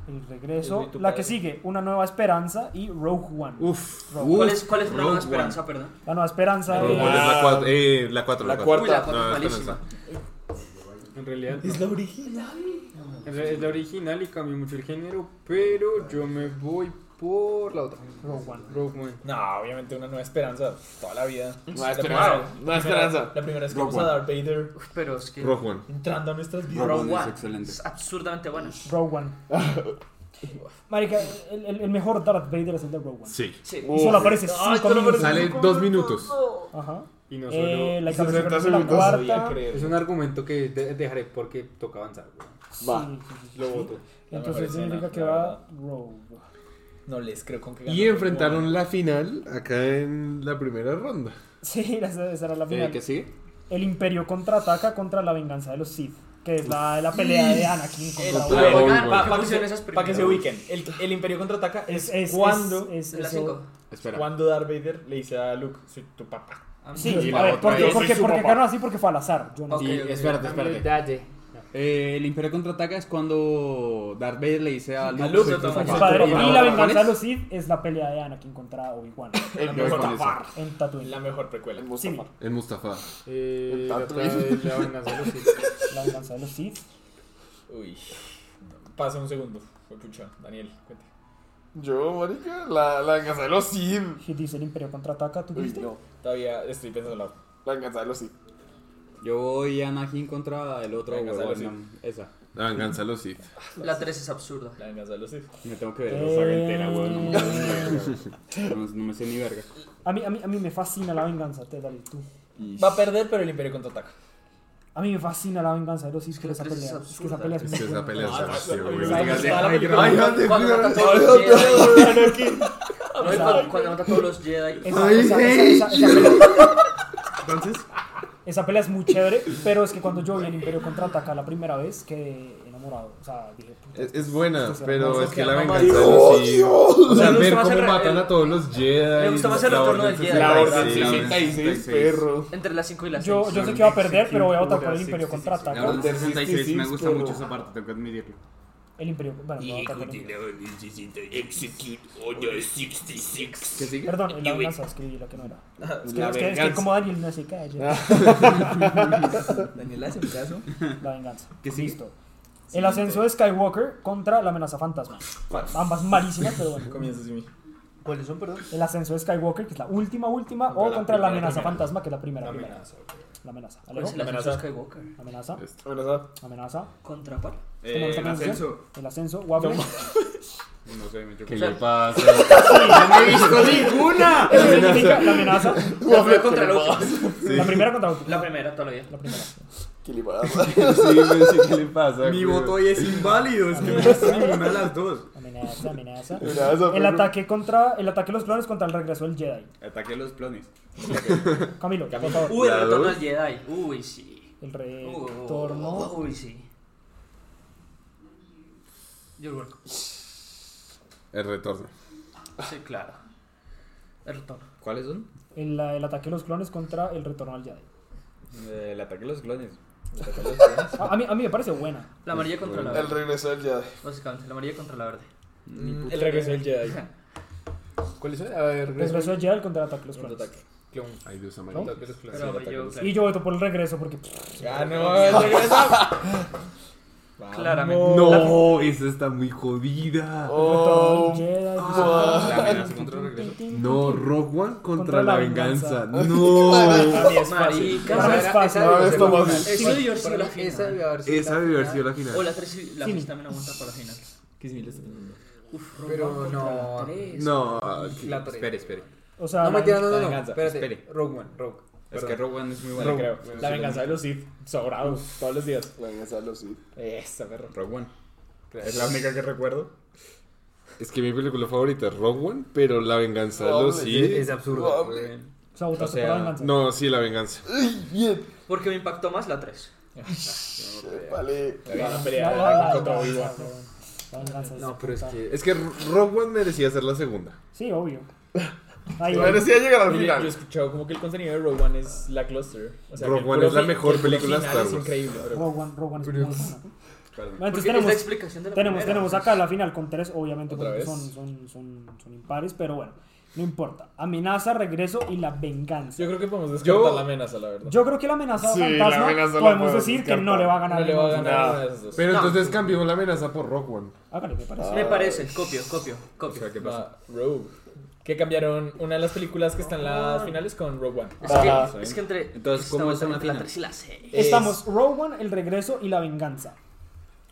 B: El
C: Es
B: regreso.
C: muy tu
B: La
C: padre.
B: que sigue, Una Nueva Esperanza y Rogue One.
D: Uf.
B: Rogue.
F: ¿Cuál es, cuál es la nueva
G: Rogue
F: esperanza, perdón?
B: La Nueva Esperanza.
D: Rogue
B: eh,
D: One es la cuatro. Eh, la 4.
E: La
F: Uy, la 4
D: No,
F: es
D: es
F: malísima.
E: En realidad. Es la original. Es la original y cambió mucho el género, pero yo me voy por la otra.
B: Rogue One.
E: Rogue One.
C: No, obviamente una nueva esperanza. Toda la vida.
D: Nueva
C: La
D: esperanza,
C: primera-
D: nueva
C: la primera-
D: esperanza.
C: La primera es que
D: Rogue
C: vamos a Darth Vader
F: Uy, Pero es que.
D: Rogue One.
C: entrando a nuestras vidas.
F: Rogue
G: Es
F: One.
G: excelente.
F: Es absurdamente buena.
B: Rogue One. Marica, el, el- el mejor Darth Vader es el de Rogue One.
D: Sí.
F: Sí.
B: Y solo aparece
C: Ay,
B: 5
C: solo
B: minutos.
D: Sale dos minutos.
B: Ajá.
E: Y no solo.
B: Eh, la
H: 60
B: cabeza de la
H: segundos.
B: cuarta.
E: Es un argumento que de- dejaré porque toca avanzar. güey.
G: Eh,
B: Sí, sí, sí, sí.
E: Lo voto.
C: La
B: Entonces
C: mejor
B: significa
C: escena,
B: que
C: la
B: va
C: verdad.
B: Rogue.
C: No les creo con que
D: Y enfrentaron la final acá en la primera ronda.
B: Sí, esa esa era la final.
G: ¿Qué sigue?
B: El Imperio contraataca contra la venganza de los Sith, que es la, la pelea de Anakin contra
D: Contra
B: Obi-Wan.
D: Obi-Wan.
F: Oigan, para
C: Para
F: que
C: que,
F: se esas
C: pa' que
F: primeras.
C: se ubiquen, el, el Imperio contraataca es,
B: Es, es,
C: cuando,
B: es- es-
F: La
B: eso-
F: 5.
G: Espera.
C: cuando Darth Vader le dice a Luke, soy tu papá.
B: Sí,
G: Y
B: a
G: la
B: ver,
G: otra
B: porque,
G: es-
B: porque,
G: es su
B: porque
G: papá.
B: quedaron así porque fue al azar. Yo no
F: Ok.
B: sé.
G: Y espérate, espérate. Eh, el Imperio contraataca es cuando Darth Vader le dice a Luke.
C: Luke,
G: "Soy tu
C: su
B: Fue
G: papá".
B: su padre.
G: ¿Y
B: Y
G: ahora
B: la
G: cuál
B: venganza de
G: es?
B: los Sith es la pelea de Anakin contra Obi-Wan
C: La
G: Voy
C: mejor
G: con eso.
C: tapar.
B: en Tatooine.
C: La mejor precuela.
B: Sí,
D: En Mustafa.
E: Eh,
H: El
E: la
H: Tatooine.
E: otra es la venganza de los Sith.
B: la venganza de los Sith.
C: Uy, no, pasa un segundo. Fue pucha, Daniel, cuente.
H: Yo, marica, la, la venganza de los Sith.
B: Y dice el Imperio contraataca, ¿tú
H: Uy,
B: viste?
H: no.
C: Todavía estoy pensando en la otra.
H: La venganza de los Sith.
G: Yo voy a Anakin contra el otro.
C: Venga,
G: huevón,
C: sale,
G: no, Esa.
D: La venganza de los Sith.
F: La 3 es absurda.
C: La venganza de los Sith.
G: Me tengo que ver
B: Eh.
G: la saga entera, huevón, no me no- No me sé ni verga.
B: A mí, a mí, a mí me fascina la venganza, te dale tú.
C: Va a perder, pero el Imperio contraataca.
B: A mí me fascina la venganza de los Sith,
F: que
B: pero esa
F: la tres es
B: pelea. Es que esa
F: absurda.
B: pelea es
D: Es
B: muy
D: que esa
B: buena.
D: pelea
C: No,
D: es
C: no, no, no,
D: demasiado
C: no,
D: buena.
C: no, no, no, no,
D: Ay,
C: no,
D: Dios
F: Cuando
D: mío.
F: mata a todos los Jedi.
B: Esa-
F: Cuando- Cuando mata a todos los Jedi.
B: Esa, esa- esa- esa- esa pelea. Esa pelea es muy chévere, pero es que cuando yo vi el Imperio contraataca la primera vez quedé enamorado. O sea, dije, puta,
D: Es, es buena,
B: Esto se
D: pero
B: llama-
D: es que la
C: se llama
D: venganza de los Sith. O sea,
F: Me
D: ver
F: gusta más
D: cómo
F: el-
D: matan
F: el-
D: a todos los Jedi.
F: Me gusta más el
D: la
F: retorno
D: Orden
F: del Jedi.
D: 66,
H: La orden
D: la Orden
H: 66,
D: 66.
H: perro.
F: Entre las 5 y las 6.
B: yo, yo sé que iba a perder, pero voy a votar por el Imperio
G: La
B: contraataca.
G: orden
H: Orden
G: 66 me gusta
H: 66,
G: mucho esa parte, tengo que admitirlo.
B: El Imperio. Bueno, voy a votar por el Imperio.
G: ¿Qué sigue?
B: Perdón, la venganza escribí la que no era. Es que,
G: La
B: es que- es que
G: venganza.
B: como Daniel no se calla.
C: Daniel hace caso.
B: La venganza.
G: ¿Qué sigue?
B: Listo. El ascenso de Skywalker contra la amenaza fantasma. Ambas malísimas, pero bueno.
C: Comienza Jimmy.
E: ¿Cuáles son, perdón?
B: El ascenso de Skywalker, que es la última, última, o
C: la
B: contra la
C: primera,
B: amenaza
C: primera.
B: fantasma, que es la primera.
E: La
B: primera.
E: amenaza.
B: La amenaza.
F: ¿Cuál es
B: Alejo,
F: el ascenso
C: amenaza.
F: Skywalker?
B: Amenaza.
C: Amenaza.
B: Amenaza. ¿Este
F: ¿Contra cuál?
B: ¿Cómo
G: Eh,
B: está
G: en
B: la canción?
G: ascenso.
B: El ascenso. Waffle.
G: No sé, me
D: ¿Qué
G: equivoqué.
D: le pasa?
B: ¡Ninguna! Eso significa la amenaza.
F: La primera contra Luke.
B: La primera contra Goku.
F: La primera todavía.
B: La primera.
H: ¿Qué le pasa?
D: Sí, güey, sí, ¿qué le pasa?
G: Mi
D: güey?
G: voto hoy es inválido, es que no es ninguna de las dos.
B: Amenaza, amenaza.
H: Amenaza,
B: El
H: perro.
B: ataque contra. El ataque de los clones contra el regreso del Jedi.
G: Ataque a los clones.
B: Camilo, por favor.
F: Uy, el
D: La
F: retorno
D: dos.
F: al Jedi. Uy, sí.
B: El
F: Uy,
B: retorno.
F: Uh, Uy, sí. Yo lo vuelco.
D: El retorno.
F: Sí, claro. El retorno.
G: ¿Cuáles son?
B: El, el ataque de los clones contra el retorno al Jedi.
G: El ataque a los clones. El ataque a los clones.
B: A, a mí, a mí me parece buena.
F: La amarilla contra la
H: El
F: verde.
H: regreso del Jedi.
F: Básicamente, la amarilla contra la verde.
C: Mm, El regreso del Jedi.
E: ¿Cuál es? A ver,
B: El regreso del Jedi contra el ataque de los clones.
C: Ataque. Clon.
D: Ay, Dios
B: ¿No?
D: amarito.
F: Pero yo,
B: Y yo voto por el regreso porque.
C: Ganó el regreso.
F: claramente.
D: No, esa está muy jodida.
B: Retorno
H: Oh,
B: al Jedi. pues, ah.
G: La amenaza contra el regreso.
D: No, Rogue One contra,
B: Contra la
D: la venganza.
B: venganza.
D: No.
F: Marica,
B: Claro,
F: esa
B: es
F: era-
B: fácil.
F: esa
H: No,
F: debió
H: es
F: ser
H: fácil.
F: la-
H: Sí,
F: Eso debió ser la
E: Esa debe
F: final.
E: haber sido
D: Esa
E: la
D: debió haber
E: final.
D: sido la final.
F: O la 3 y la
B: Sí.
F: 3 también aguanta para la final. Uf, Rogue
E: Pero
F: One contra
E: no.
F: la tres.
D: No,
E: La tres.
G: Espere, espere.
B: O sea,
E: No,
B: la-
E: mentira, no, no, no.
C: venganza,
E: Espérate.
G: espere.
E: Rogue One, Rogue.
G: Es que Rogue One es muy
C: Vale,
G: bueno.
C: creo. La venganza de los Sith. Sobrado. Todos los días.
H: La venganza de los Sith.
C: Esa, perro.
G: Rogue One. Es la única que recuerdo.
D: es que mi película favorita es Rogue One, pero la venganza de los Sith.
H: Oh,
G: absurdo.
B: o sea, votaste
G: O sea,
B: por la venganza.
D: No, sí, la venganza.
H: Bien.
F: Porque me impactó más la 3.
H: Vale.
C: La gran
B: La-
C: pelea
B: la- la-
C: contra
B: la-
C: Obi-Wan.
B: la venganza es
E: No, pero es
B: puta.
E: que.
D: Es que Rogue One merecía ser la segunda.
B: Sí, obvio. Ahí, ahí.
H: Merecía llegar al
C: Oye, Yo he
H: final.
C: escuchado como que el contenido de Rogue One es la cluster. O sea, que
D: Rogue
C: el
D: One
C: puro
D: es la
C: fin-
D: mejor
C: que el puro
D: película de
C: final
D: Star
C: Es
D: Wars.
C: increíble, pero
B: Rogue One, Rogue One es muy buena. Bueno, entonces
F: Porque es la
B: tenemos,
F: explicación de la
B: tenemos,
F: primera.
H: pues.
B: tenemos acá la final con tres, obviamente,
C: ¿Otra
B: porque
C: vez?
B: son, son, son, son impares, pero bueno, no importa. Amenaza, regreso y la venganza.
C: yo creo que podemos descartar la amenaza, la verdad.
B: Yo creo que la amenaza
H: Sí, la
B: fantasma
H: amenaza
B: podemos
H: la podemos
B: decir que
H: descartar.
B: no le va a ganar.
C: no le va a
B: ninguna.
C: ganar una de esas dos.
D: Pero
F: No.
D: entonces cambió la amenaza por Rogue One.
B: Hágale, me parece.
F: Me parece, copio, copio, copio.
G: ¿Qué pasa?
C: Va, Ah, Rogue. Que cambiaron una de las películas que están en las finales con Rogue One.
F: Es que,
H: Ajá.
F: es que entre.
G: Entonces, ¿cómo
F: estamos
G: es una
F: entre la
G: final?
F: 3 y la 6.
B: Estamos Rogue One, el regreso y la venganza.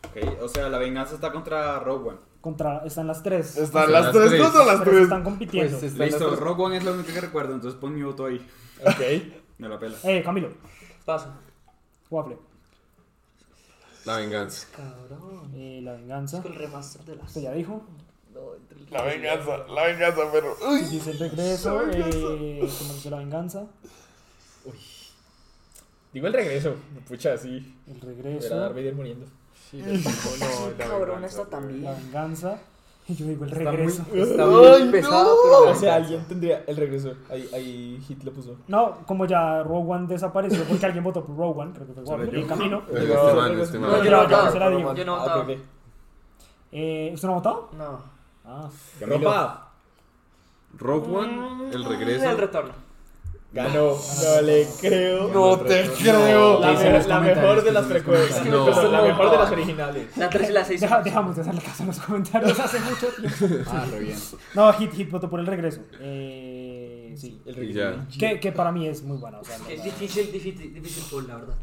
G: Ok, o sea, la venganza está contra Rogue One.
B: Contra, están las tres.
H: Están
D: las
H: las tres
D: tres.
H: contra las
B: Pero se
H: tres.
B: están compitiendo.
E: Pues, Están
G: Listo,
E: las dos.
G: Rogue One es la única que recuerdo, entonces pon mi voto ahí.
C: Ok.
G: Me la pela.
B: Eh, Camilo,
F: Paso.
B: Waffle.
D: La venganza.
F: Cabrón.
B: Eh, la venganza.
F: El remaster de las.
B: Usted ya dijo.
F: No, entre el-
H: La venganza, la venganza, perro. Uy.
B: Dice el regreso.
H: La venganza.
B: Eh, ¿Cómo dice la venganza?
C: Digo el regreso. Pucha, sí.
B: El
C: Era Darth
B: regreso.
C: Vader muriendo.
F: Cabrón, esta también.
B: La venganza. Y yo digo el regreso.
E: Está muy pesada, pero.
C: O sea, alguien tendría el regreso. Ahí, ahí Hit lo puso.
B: No, como ya Rogue One desapareció porque alguien votó por Rogue One, creo que fue Waffle, el camino.
D: Este
C: No,
D: man, este
F: No,
D: man.
F: yo no he
B: Se la digo.
F: votado. Yo no he
C: Ah,
F: votado.
C: ok,
B: Eh, ¿Usted no ha votado?
F: No.
B: Ah.
C: ok. Ropa.
D: Rogue One, el
F: El
D: regreso.
F: retorno.
C: Ganó. No le creo.
H: No te creo.
C: La,
I: ¿Qué dicen
C: me-
I: los
C: la
I: comentarios? ¿Qué
C: mejor de las
I: dicen los
C: precuelas.
D: comentarios?
C: Pues,
D: No.
C: La mejor de las originales.
F: La 3 y la 6.
B: Deja- dejamos de hacerle caso a los comentarios hace mucho tiempo.
I: Ah, re bien.
B: No, Hit Hit votó por el regreso. Eh, sí.
C: El
D: Y
C: regreso.
D: ya.
B: Que, que para mí es muy buena, o sea,
F: Es
B: la-
F: difícil, difícil, difícil Paul, la verdad.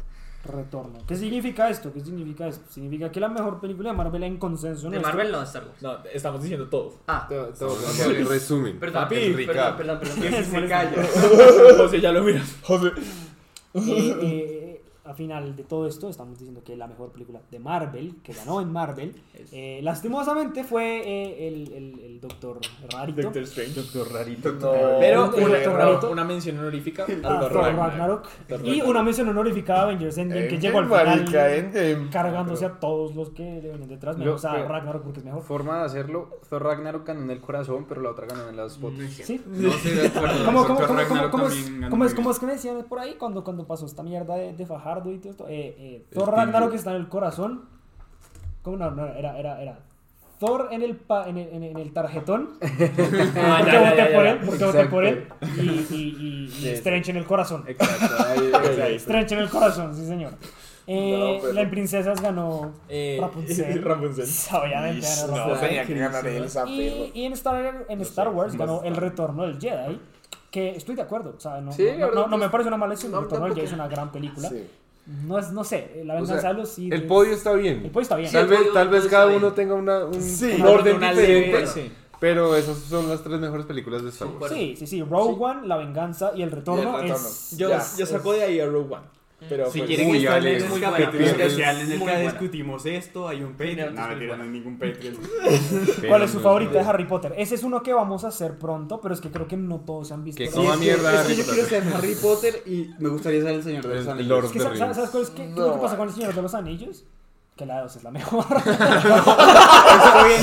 B: retorno. ¿Qué significa esto? ¿Qué significa esto? Significa que la mejor película de Marvel en consenso
F: De
B: nuestro-
F: Marvel no, de Star Wars.
C: No, estamos diciendo todo.
F: Ah,
D: El resumen.
F: perdón.
D: Papi,
F: Perdón,
D: Ricardo.
F: perdón, perdón. perdón.
G: Se calla.
C: José, ya lo miras. José.
B: Eh, eh, al final de todo esto, estamos diciendo que la mejor película de Marvel, que ganó en Marvel, eh, lastimosamente fue eh, el, el, el Doctor Rarito.
C: Doctor Strange. Doctor Rarito.
H: No.
C: Pero
B: Doctor
C: una,
B: Rarito.
C: una mención honorífica al
B: Ah,
C: Thor
B: Thor
C: Ragnarok.
B: Ragnarok.
C: Thor
B: Y
C: Ragnarok. Eh,
B: una mención honorífica a Avengers Endgame, que
H: Endgame,
B: llegó al
H: marica,
B: final
H: Endgame.
B: cargándose a todos los que le venían detrás, menos
E: Lo-
B: a
E: pero-
B: Ragnarok porque es mejor.
E: Forma de hacerlo. Thor Ragnarok ganó en el corazón, pero la otra ganó en las botas.
B: ¿Sí?
G: No estoy de acuerdo.
B: ¿Cómo, cómo, cómo,
G: Doctor
B: cómo,
G: Ragnarok
B: cómo es,
G: también ganó
B: cómo, es,
G: muy
B: cómo
G: bien.
B: es que me decían por ahí cuando, cuando pasó esta mierda de, de Fajardo y todo esto? Eh, eh, Thor
D: El
B: Ragnarok
D: Pingu.
B: está en el corazón. ¿Cómo no? no era, era, era. Thor en el, pa- en el, en el- en el tarjetón.
C: Ah,
B: porque
C: ya, ya,
B: voté
C: ya,
B: por
C: ya.
B: él, porque voté por él. Y, y, y, y Strange en el corazón.
E: Exacto. ahí- ahí- ahí.
B: Strange en el corazón, sí, señor. Eh,
H: No, pero-
B: La en Princesas ganó
C: Eh,
B: Rapunzel.
C: Rapunzel.
B: Obviamente ganó Rapunzel.
H: tenía que ganar el
B: Y, y en, Star, en Star Wars ganó El Retorno del Jedi. que estoy de acuerdo. O sea, no,
E: Sí,
B: no-
E: la
B: no,
E: verdad
B: no me
E: es-
B: parece una mala decisión.
E: no,
B: El Retorno del Jedi es
E: tampoco.
B: una gran película.
H: Sí.
B: No, es, no sé, La
D: O
B: Venganza
D: sea,
B: de los Sith
D: El
B: es-
D: podio está bien.
B: El pollo está bien.
D: Tal
F: Sí,
D: vez,
F: el podio-
D: tal vez
F: el podio
D: cada
F: está
D: uno
F: bien.
D: tenga una, un,
H: Sí.
D: un
H: Una
D: orden
C: una
D: diferente.
C: lengua, sí.
D: Pero esas son las tres mejores películas de Star Wars.
B: Sí, sí, sí. Rogue One, La Venganza y El Retorno.
D: Retorno.
B: Es...
C: Yo,
D: Ya.
C: yo saco de ahí a Rogue One. Pero
G: Si
C: pues,
G: quieren
D: Uy,
G: que esté
D: Alex,
G: en un
D: qué
G: capítulo
D: piensas.
G: especial en el
F: Muy
G: que
F: buena.
G: discutimos esto, hay un Patreon. No, mentira, no hay ningún Patreon.
B: ¿Cuál es su favorita de Harry Potter? Ese es uno que vamos a hacer pronto, pero es que creo que no todos se han visto.
D: Que
B: Es
D: coma
B: que-
D: mierda.
G: Es que
D: Harry
G: yo quiero
D: Potter.
G: ser Harry Potter y me gustaría ser el señor de los
D: El
G: anillos.
D: Lord
B: Es que,
D: de
B: ¿sabes,
D: Rings.
B: sabes cuál es? ¿Qué, qué es lo que pasa con El Señor de los Anillos? Que la 2 es la mejor.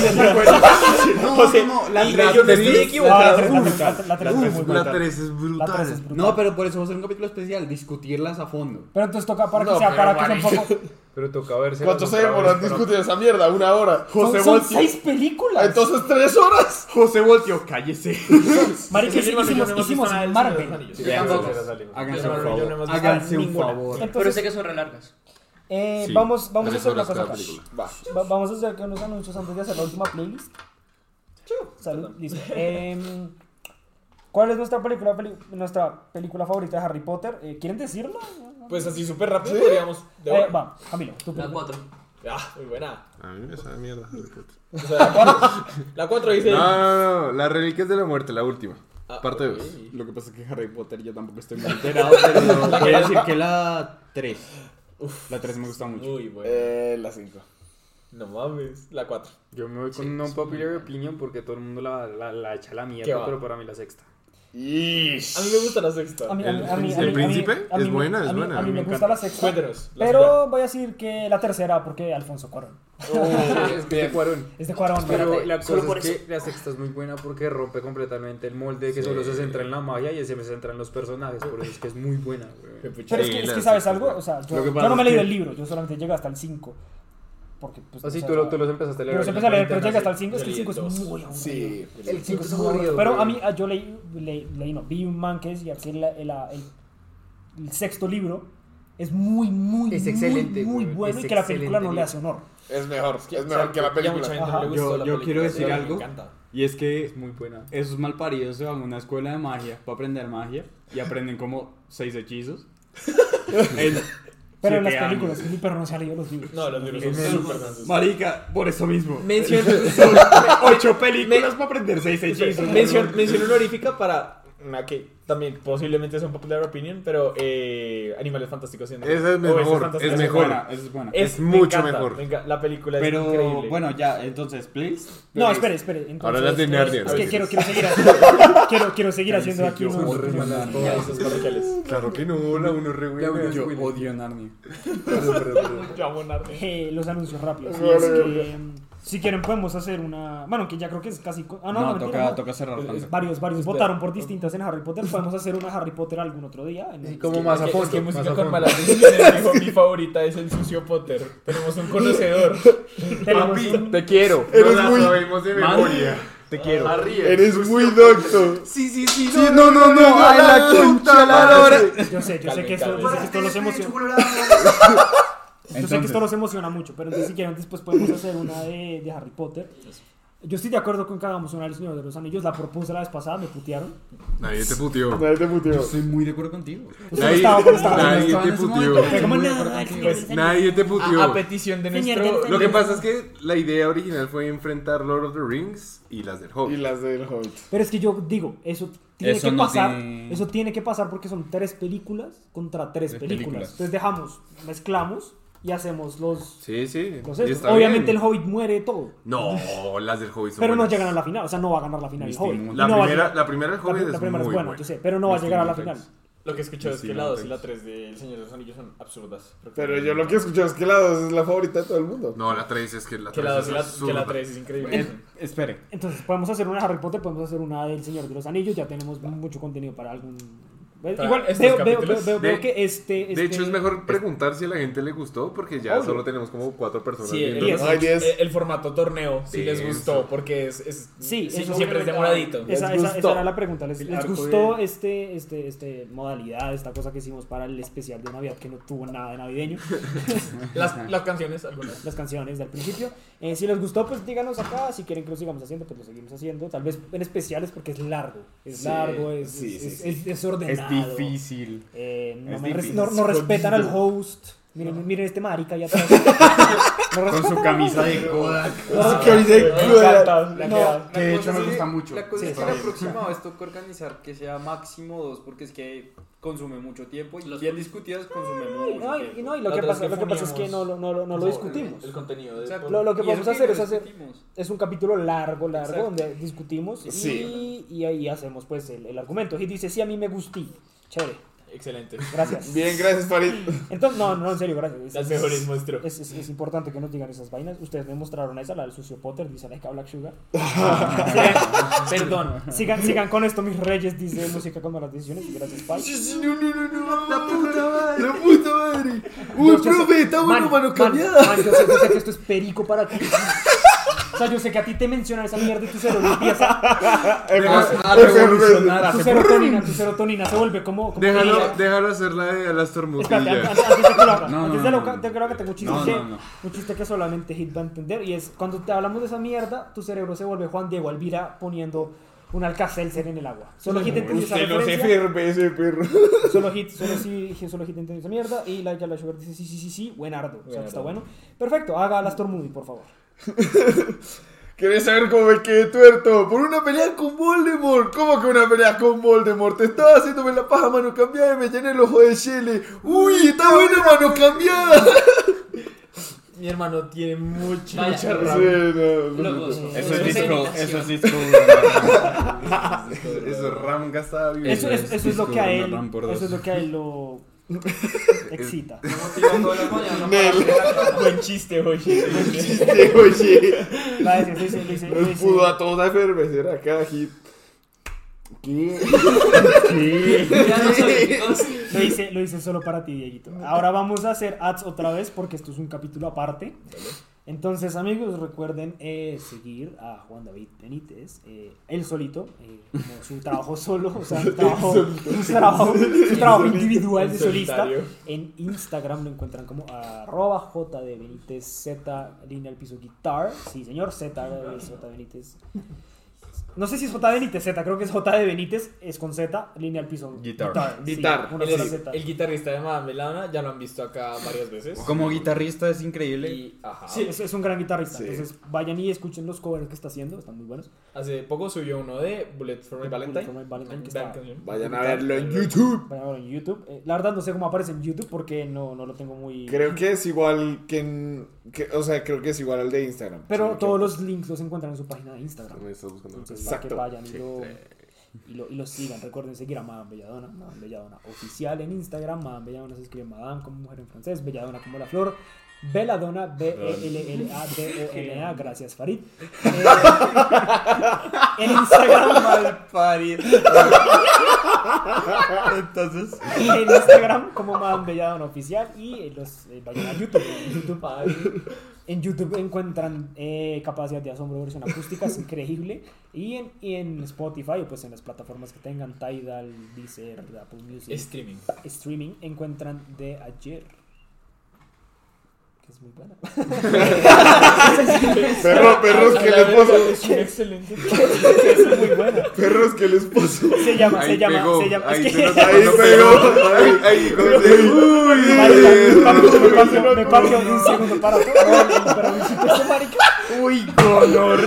G: No, no, no, la
C: y
G: tres-
C: yo no estoy
B: la
C: equivocado.
B: 3
C: Uf,
B: es muy buena.
D: La 3 es
B: La tres
D: brutal.
B: es brutal.
G: No, pero por eso vamos a hacer un capítulo especial, discutirlas a fondo.
B: Pero entonces toca para que
I: No,
B: sea,
I: pero
B: para que sea un
I: marica.
B: poco...
E: Pero toca verse.
H: ¿Cuánto se demoran discutir esa mierda? Una hora.
B: Son,
H: José
B: son
H: Voltio.
B: seis películas.
H: Pues Entonces tres horas.
G: José Voltio, cállese.
B: Marica,
C: Sí,
B: hicimos,
C: sí,
B: hicimos,
C: no hemos visto nada del Señor de los
B: Marvel.
C: Anillos.
G: Háganse
C: Pero
G: un
C: yo no
G: favor.
C: hemos visto
G: Háganse un
B: ninguna.
G: favor.
F: Pero
B: Entonces,
F: sé que son re largas.
B: eh,
D: Sí,
B: vamos, vamos a
D: tres
B: hacer una
D: horas
B: cosa
D: cada
B: acá.
D: película.
B: Va- vamos a hacer unos anuncios antes de hacer la última playlist. Salud, listo. Em, ¿Cuál es nuestra película, peli- nuestra película favorita de Harry Potter? Eh, ¿Quieren decirlo?
C: Pues así súper rápido podríamos. de
B: Eh,
C: una.
B: va, Camilo, tú
F: La
B: primero.
F: 4.
C: Ah, muy buena.
D: A mí me sabe mierda Harry Potter.
C: O sea, la 4. La 4 dice.
D: No, no, no, no, Las Reliquias de la Muerte, la última.
C: Ah,
D: Parte
C: ok.
D: 2.
G: Lo que pasa es que Harry Potter yo tampoco estoy muy enterado, pero voy a decir que la 3. La 3 me gusta mucho.
C: Muy buena.
H: Eh, las cinco.
C: No mames. La 4.
E: Yo me voy con una popular opinion porque todo el mundo la, la, la echa a la
C: ¿Qué
E: mierda,
C: va?
E: pero para mí la sexta.
C: A mí me gusta la sexta.
B: A mí- a mí-
D: El-
B: a mí- a
D: el
B: mí-
D: príncipe
B: a mí- a mí
D: es
B: me-
D: buena,
B: a
D: es
B: mí-
D: buena.
B: A mí me
E: Me
B: gusta
E: encanta.
B: la sexta.
C: Cuéntanos. la
B: Pero voy a decir que la tercera, porque Alfonso Cuarón.
G: Oh,
E: es que Cuarón.
B: Es de Cuarón.
E: Pero
F: Espérate,
E: la
F: solo
E: cosa
F: por
E: es que la sexta es muy buena porque rompe completamente el molde que solo se centra en la magia y se me centra en los personajes. Por eso es que es muy buena, güey.
C: primera.
B: Pero es
D: Sí,
B: que, es
D: la
B: que ¿sabes
D: sexta es
B: algo?
D: buena.
B: O sea, yo,
G: Lo que
B: yo
G: pasa
B: no me he
G: es
B: leído
G: que-
B: el libro, yo solamente llegué hasta el 5. Porque, pues.
E: Así
B: o sea,
E: Ah, tú, lo- tú los empezaste a leer.
B: Pero se empieza a leer, pero llegué hasta el 5, es que el 5 es muy aburrido.
H: Sí.
B: El 5 es muy aburrido. Pero a mí, ah, yo leí, leí, leí, no, vi un man que es, y aquí el, el, el, el sexto libro es muy, muy,
F: Es
B: muy,
F: excelente,
B: muy,
F: güey,
B: bueno
F: es
B: y que la película no
F: excelente
B: le hace honor.
H: Es mejor. Es
C: O sea,
H: mejor que la
C: ya mucha
H: película.
C: gente no le
B: Ajá.
C: gustó la
G: Yo- yo
C: película,
G: quiero decir
C: pero a mí
G: algo.
C: Me encanta.
G: Y es que
E: Muy buena.
G: esos malparidos se van a una escuela de magia para aprender magia y aprenden como seis hechizos. En
B: Pero en
G: siete
B: las películas,
G: años.
B: sí, pero no se ha leído los libros.
C: No, los libros son súper densos.
G: Marica, por eso mismo.
C: Mención,
G: Son ocho películas para aprender seis hechizos.
C: mención, mención honorífica para
D: Mm,
C: una que también posiblemente es un popular opinion, pero eh, Animales Fantásticos. ¿sí?
D: Esa es
C: O Esas
D: mejor,
C: Fantásticas
D: es
G: Esa
C: ¿sí?
G: es
D: mejor.
G: buena, esa es buena.
C: Es
D: Es mucho
C: me encanta,
D: mejor.
C: me encanta, la película es
G: Pero
C: increíble.
G: bueno, ya, entonces, please.
B: No, espere, espere. Entonces,
D: Ahora las de
B: es-
D: Narnia,
B: Es
D: las
B: que
D: de-
B: quiero, quiero seguir haciendo, quiero, quiero seguir haciendo aquí unos- unos-
C: Todas esas parroquiales.
D: Claro que no, la uno re buena.
G: Yo odio Narnia.
C: Yo amo Narnia.
B: Eh, los anuncios rápidos. Y es que, mm, si quieren, podemos hacer una. Bueno, que ya creo que es casi. co- Ah, no,
G: No,
B: no, mentira,
G: toca,
B: no.
G: toca cerrar. Juanse.
B: Varios, varios votaron por distintas en Harry Potter. Podemos hacer una Harry Potter algún otro día. en el-
E: como más a
C: Es que-
E: fondo.
C: Es que
E: más
C: música
E: a
C: con
E: fondo.
C: malas decisiones. dijo, mi favorita es el sucio Potter. Tenemos un conocedor.
B: Tenemos un-
E: Te quiero.
D: Eres la sabemos de memoria.
C: Te quiero.
H: Eres muy docto.
G: Sí, sí, sí.
H: Sí, no, no, no. Ay, la concha la hora.
B: Yo sé, yo sé
C: Calmen,
B: que esto,
C: calmen.
B: yo sé que esto los emociona. Yo sé que
G: Entonces.
B: esto los emociona mucho, pero entonces si quieren después podemos hacer una de, de Harry Potter. Yo estoy de acuerdo con que hagamos una del Señor de los Anillos. La propuse la vez pasada, me putearon.
D: Nadie te puteó.
H: Nadie te puteó.
G: Estoy muy de acuerdo contigo.
B: Usted no estaba, pero estaba.
D: nadie
G: estaba
D: te
G: en ese
D: puteó.
G: momento.
B: Pero como
G: Muy
B: nada,
G: fuerte,
B: el Señor
C: pues,
B: de los
D: Nadie te
C: A, a
D: puteó.
C: petición de
B: Señor,
C: nuestro.
D: Lo que pasa es que la idea original fue enfrentar Lord of the Rings y las del
H: Y
D: Hobbit.
H: las del Hobbit.
B: Pero es que yo digo, eso tiene
G: Eso
B: que
G: no
B: pasar.
G: tiene-
B: Eso tiene que pasar porque son tres películas contra tres
G: Tres
B: películas.
G: películas.
B: Entonces dejamos, mezclamos y hacemos los.
D: Sí, sí.
B: los
D: y
B: estos.
D: está
B: Obviamente
D: bien.
B: el Hobbit muere todo.
D: No, las del Hobbit son
B: Pero no
D: buenas.
B: llegan a la final. O sea, no va a ganar la final el
G: Misty
B: Hobbit.
G: Moon.
B: y
D: La
B: no va a
D: primera,
B: llegar-
D: la primera del
B: la
D: Hobbit
B: pri- la
D: es
B: primera
D: muy
B: es buena,
D: buena.
B: yo sé, pero no va a
D: Misty
B: llegar a la
D: Mountains.
B: final.
C: Lo que escucho es
D: Sí,
C: que la 2 y
D: Mountains.
C: la
B: pues.
C: 3 de El Señor de los Anillos son absurdas.
H: Pero yo lo que he escuchado es que la 2 es la favorita de todo el mundo.
D: No, la 3 es que la 3
C: Que la 2 y
D: es
C: la, que la
D: absurda.
C: 3 es increíble.
G: Eh, espere.
B: Entonces podemos hacer una de Harry Potter, podemos hacer una del Señor de los Anillos. Ya tenemos mucho contenido para algún Igual,
C: estos
B: veo, veo,
C: capítulos.
B: veo- veo
D: De-
B: que este, este-
D: De hecho, es mejor preguntar si a la gente le gustó, porque ya
B: Obvio.
D: solo tenemos como cuatro personas
C: Sí, el,
D: viendo.
B: y es-
H: Ay, diez.
C: el- el formato torneo, si les
D: Eso.
C: gustó, porque es, es-
B: Sí,
C: sí,
B: eso- ah,
C: siempre es demoradito.
B: Esa,
I: ¿Les
B: esa-
I: gustó?
B: esa era la pregunta. ¿Les,
E: El
B: les
E: arco
B: gustó
E: de-
B: este, este, este modalidad, esta cosa que hicimos para el especial de Navidad que no tuvo nada de navideño?
C: Las, las canciones, algunas.
B: Las canciones del principio. Eh, si les gustó, pues díganos acá. Si quieren que lo sigamos haciendo, pues lo seguimos haciendo. Tal vez en especiales porque es largo. Es
C: Sí,
B: largo, es,
C: sí,
B: es,
C: sí,
B: es-
C: sí.
B: es desordenado.
E: Es difícil.
B: Eh, no,
E: Es
B: me res-
E: difícil.
B: no- no respetan al host. Miren, miren este marica allá atrás. No
G: Con su
B: respetan al
G: camisa
B: host.
G: de Kodak.
H: Ah, que ahorita-
I: La
B: No.
I: que,
E: La
I: de hecho
E: cosa
I: me
E: es que-
I: gusta mucho.
E: La cosa
B: Sí,
E: es que
B: está
E: la
B: bien.
E: próxima vez toca organizar que sea máximo dos, porque es que consume mucho tiempo y
F: Los-
E: bien discutidas consume
B: Y
E: mucho
B: no, y- y
E: tiempo.
B: no, y lo,
C: La
B: que
C: otra
B: pasa,
C: vez que
B: lo que pasa es que no,
C: funíamos
B: lo- no, lo- no lo discutimos.
C: El, contenido de-
E: Exacto.
B: Lo- lo que
E: Y
B: vamos
E: eso
B: a hacer
E: lo
B: es hacer-
E: discutimos.
B: Es un capítulo largo, largo,
E: Exacto.
B: donde discutimos y-
I: Sí.
B: y, ahí hacemos pues el, el argumento. Y dice, sí, a mí me gustí. Chévere,
C: Excelente.
B: gracias.
H: Bien, gracias, Farid.
B: Entonces, no, no, en serio, gracias. Es-
C: Las
B: es-
C: mejores muestro.
B: Es, es- es importante que nos digan esas vainas. Ustedes me mostraron esa, la del sucio Potter, dice Neka Black Sugar. Sigan- Perdón. Sigan, sigan con esto, mis reyes, dice música con malas decisiones. Gracias, Pai.
H: No, no, no, no. La puta madre. La puta madre. Uy, profe, está bueno, mano cambiada.
B: man, yo, sé, yo sé que esto es perico para ti. O sea, yo sé que a ti te mencionan esa mierda y tu cerebro empieza. Eh,
I: A
D: ah,
I: revolucionar, a
B: Tu
I: hacer-
B: serotonina, tu serotonina se vuelve como. como
D: Déjalo, déjalo hacer la de las
B: Espérate, an-
D: tormutillas.
B: an- antes de que lo haga,
G: No, no,
B: antes de lo
G: no,
B: ca-
G: no.
B: de que lo haga, tengo un chiste
G: No,
B: que,
G: no, no.
B: un chiste que solamente Hit va a entender y es cuando te hablamos de esa mierda, tu cerebro se vuelve Juan Diego Alvira poniendo un alcacelcer en el agua. Solo Hit entendió esa
D: Usted no se
B: referencia,
D: firme ese perro.
B: solo Hit, solo sí, solo Hit entendió esa mierda y la Yala Sugar dice sí, sí, sí, sí, buen ardo, o sea, que está bueno. Perfecto, haga las Tormudi, por favor.
H: ¿Querés saber cómo me quedé tuerto? Por una pelea con Voldemort. ¿Cómo que una pelea con Voldemort? Te estaba haciéndome la paja mano cambiada y me llené el ojo de chile. Uy, está buena mano cambiada.
C: Mi hermano tiene mucha,
F: Vaya.
C: mucha
H: Sí,
C: rabia.
H: no, no, no.
F: Locos.
G: Eso es
F: Esa
G: disco,
F: imitación.
G: eso es disco. duro.
D: Eso es Ram gastado.
B: Eso,
D: bien.
B: eso- eso es lo que a él,
G: Disco, Ram por dos.
B: eso es lo que a él lo excita.
C: Buen chiste, oye.
H: Chiste, oye.
B: Va a decir, lo hice, lo hice, lo
H: Nos
B: hice.
H: pudo a todos a enfermecer acá, hit. ¿Qué?
F: Ya no soy, chicos.
B: Lo hice, lo hice solo para ti, Dieguito. Ahora vamos a hacer ads otra vez porque esto es un capítulo aparte. Entonces, amigos, recuerden eh, seguir a Juan David Benítez, eh, él solito, eh, como su trabajo solo, o sea, su trabajo, su trabajo, su trabajo individual de solista.
C: solitario.
B: En Instagram lo encuentran como arroba J de Benítez Z línea al piso guitar. Sí, señor, Z, de J de Benítez. No sé si es J de Benítez Z, creo que es J de Benítez, es con Z, línea al piso
G: Guitar.
B: sí,
H: Guitar.
B: una
C: Él
B: sola
C: es
B: Z.
C: el guitarrista de Madame Melana, ya lo han visto acá varias veces.
G: Como guitarrista es increíble.
C: Y, ajá.
B: Ah, Sí, es, es un gran guitarrista.
H: Sí.
B: Entonces vayan y escuchen los covers que está haciendo, están muy buenos.
C: Hace poco subió uno de Bullet for My Valentine.
B: For My Valentine, que
C: Gran
B: está-
C: canción.
H: Vayan a verlo en YouTube.
B: Vayan a verlo en YouTube. Eh, la verdad no sé cómo aparece en YouTube porque no, no lo tengo muy.
H: Creo que es igual que, en- que- O sea, creo que es igual al de Instagram.
B: Pero
H: Sí,
B: todos los links los encuentran en su página de Instagram.
D: Me estás buscando.
B: Entonces, para que
H: Exacto.
B: vayan y lo, y lo, y lo sigan. Recuerden seguir a Madame Belladona, Madame Belladona oficial en Instagram. Madame Belladona se escribe Madame como mujer en francés, Belladona como la flor. E Belladona, B-E-L-L-A-D-O-N-A, gracias Farid. Eh, en Instagram,
G: Mal parido. Entonces.
B: en Instagram como Madame Belladona oficial y eh, los eh, vayan a YouTube. En YouTube, ah, en YouTube encuentran eh, capacidad de asombro versión acústica, es increíble. Y en, y en Spotify, pues en las plataformas que tengan, Tidal, Deezer, Apple Music,
C: Streaming.
B: streaming, encuentran de ayer. Que es muy buena.
H: Perro, perros que les puso.
C: Es un excelente.
B: Que es muy buena.
H: Perros que les puso.
B: Se llama,
D: Ahí
B: se llama,
D: pegó,
B: se llama.
D: ahí
B: es
D: se
B: que.
D: nota
H: Ahí
D: cuando
H: pegó.
D: Ahí, ahí, como de, uy,
B: Marica,
D: eh,
B: me parqueo- me parqueo- me parqueo de un segundo para todo. Pero me hiciste eso, marica.
G: Uy, color.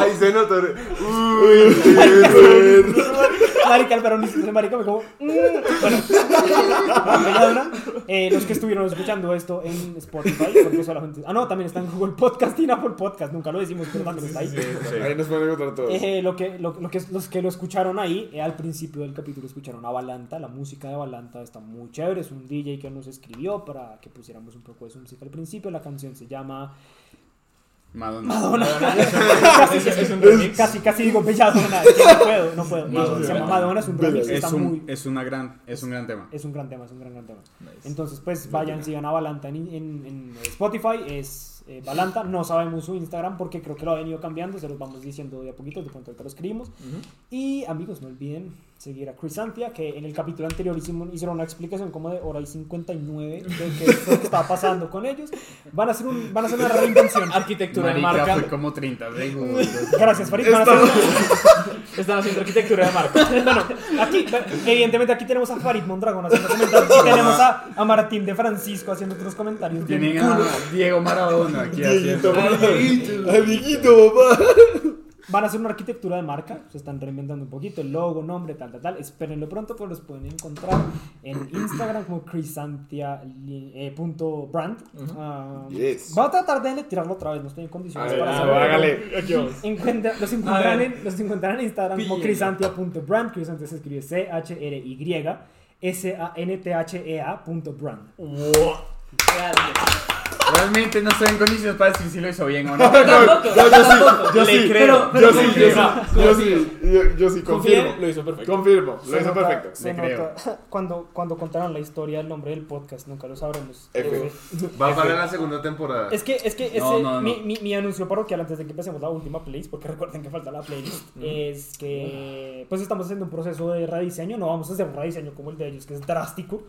D: ahí se nota. Uy,
H: Uy, qué bueno.
B: Marica, el peronista ese marica me como. mm. Bueno, Belladona, eh, los que estuvieron escuchando esto en Spotify, porque solamente. Ah, no, también está en Google Podcast y en Apple Podcast, nunca lo decimos, pero también está ahí.
H: Ahí nos van a encontrar todos.
B: Eh, lo que, lo, lo que, los que lo escucharon ahí, eh, al principio del capítulo escucharon a Balanta, la música de Balanta está muy chévere, es un DJ que nos escribió para que pusiéramos un poco de su música al principio, la canción se llama
G: Madonna.
C: Es un remix.
B: Casi, casi digo Belladonna. es que No puedo, no puedo.
G: Madonna.
B: Se llama Madonna, es un remix,
G: Es
B: está
G: un,
B: muy...
G: es una gran, es un gran tema.
B: Es un gran tema, es un gran, gran tema. Entonces, pues vayan, sigan a Valanta en, en- en Spotify. Es eh, Valanta. No sabemos su Instagram porque creo que lo ha venido cambiando. Se los vamos diciendo de a poquito. De pronto ahorita lo escribimos. Y amigos, no olviden seguir a Chris Antia, que en el capítulo anterior hicimos, hicieron una explicación como de hora y 59 de qué es lo que estaba pasando con ellos. Van a hacer, un, van a hacer una reinvención.
C: Arquitectura de
G: Marica,
C: marca.
G: fue como 30 segundos.
B: Gracias, Farid. Van a hacer
C: Están haciendo arquitectura de marca.
B: Bueno, aquí, evidentemente aquí tenemos a Farid Mondragón haciendo comentarios y tenemos a, a Martín de Francisco haciendo otros comentarios. bien
G: Tienen a Diego Maradona aquí haciendo.
H: Dieguito, amiguito, papá.
B: Van a hacer una arquitectura de marca, se están reinventando un poquito, el logo, nombre, tal, tal, tal. Espérenlo pronto, pues los pueden encontrar en Instagram como crisantia.brand. Ah,
H: Yes.
B: Voy a tratar de tirarlo otra vez, no estoy en condiciones para
D: Ah,
B: hacerlo.
D: hágale.
B: Encuentra- los, encontrarán en, los encontrarán en Instagram como
C: Pilla.
B: crisantia.brand. Crisantia se escribe C-H-R-Y. S-A-N-T-H-E-A E punto brand.
G: Realmente no estoy en condiciones para decir si lo hizo bien o no.
H: Yo sí,
C: creo,
H: yo
C: pero
H: sí, yo sí,
C: confirma,
H: yo sí, yo- yo sí, confirmo.
C: Confíe, lo hizo perfecto.
H: Confirmo, lo
B: Se
H: hizo
B: nota-
H: perfecto.
B: se
G: le creo.
B: nota- Cuando, cuando contaron la historia, el nombre del podcast, nunca lo sabremos.
H: F.
B: Eh,
D: Va para la segunda temporada.
B: Es que, es que ese,
G: No, no, no.
B: Mi, mi, mi anuncio parroquial antes de que empecemos la última playlist, porque recuerden que falta la playlist, es que pues estamos haciendo un proceso de rediseño, no vamos a hacer un rediseño como el de ellos, que es drástico.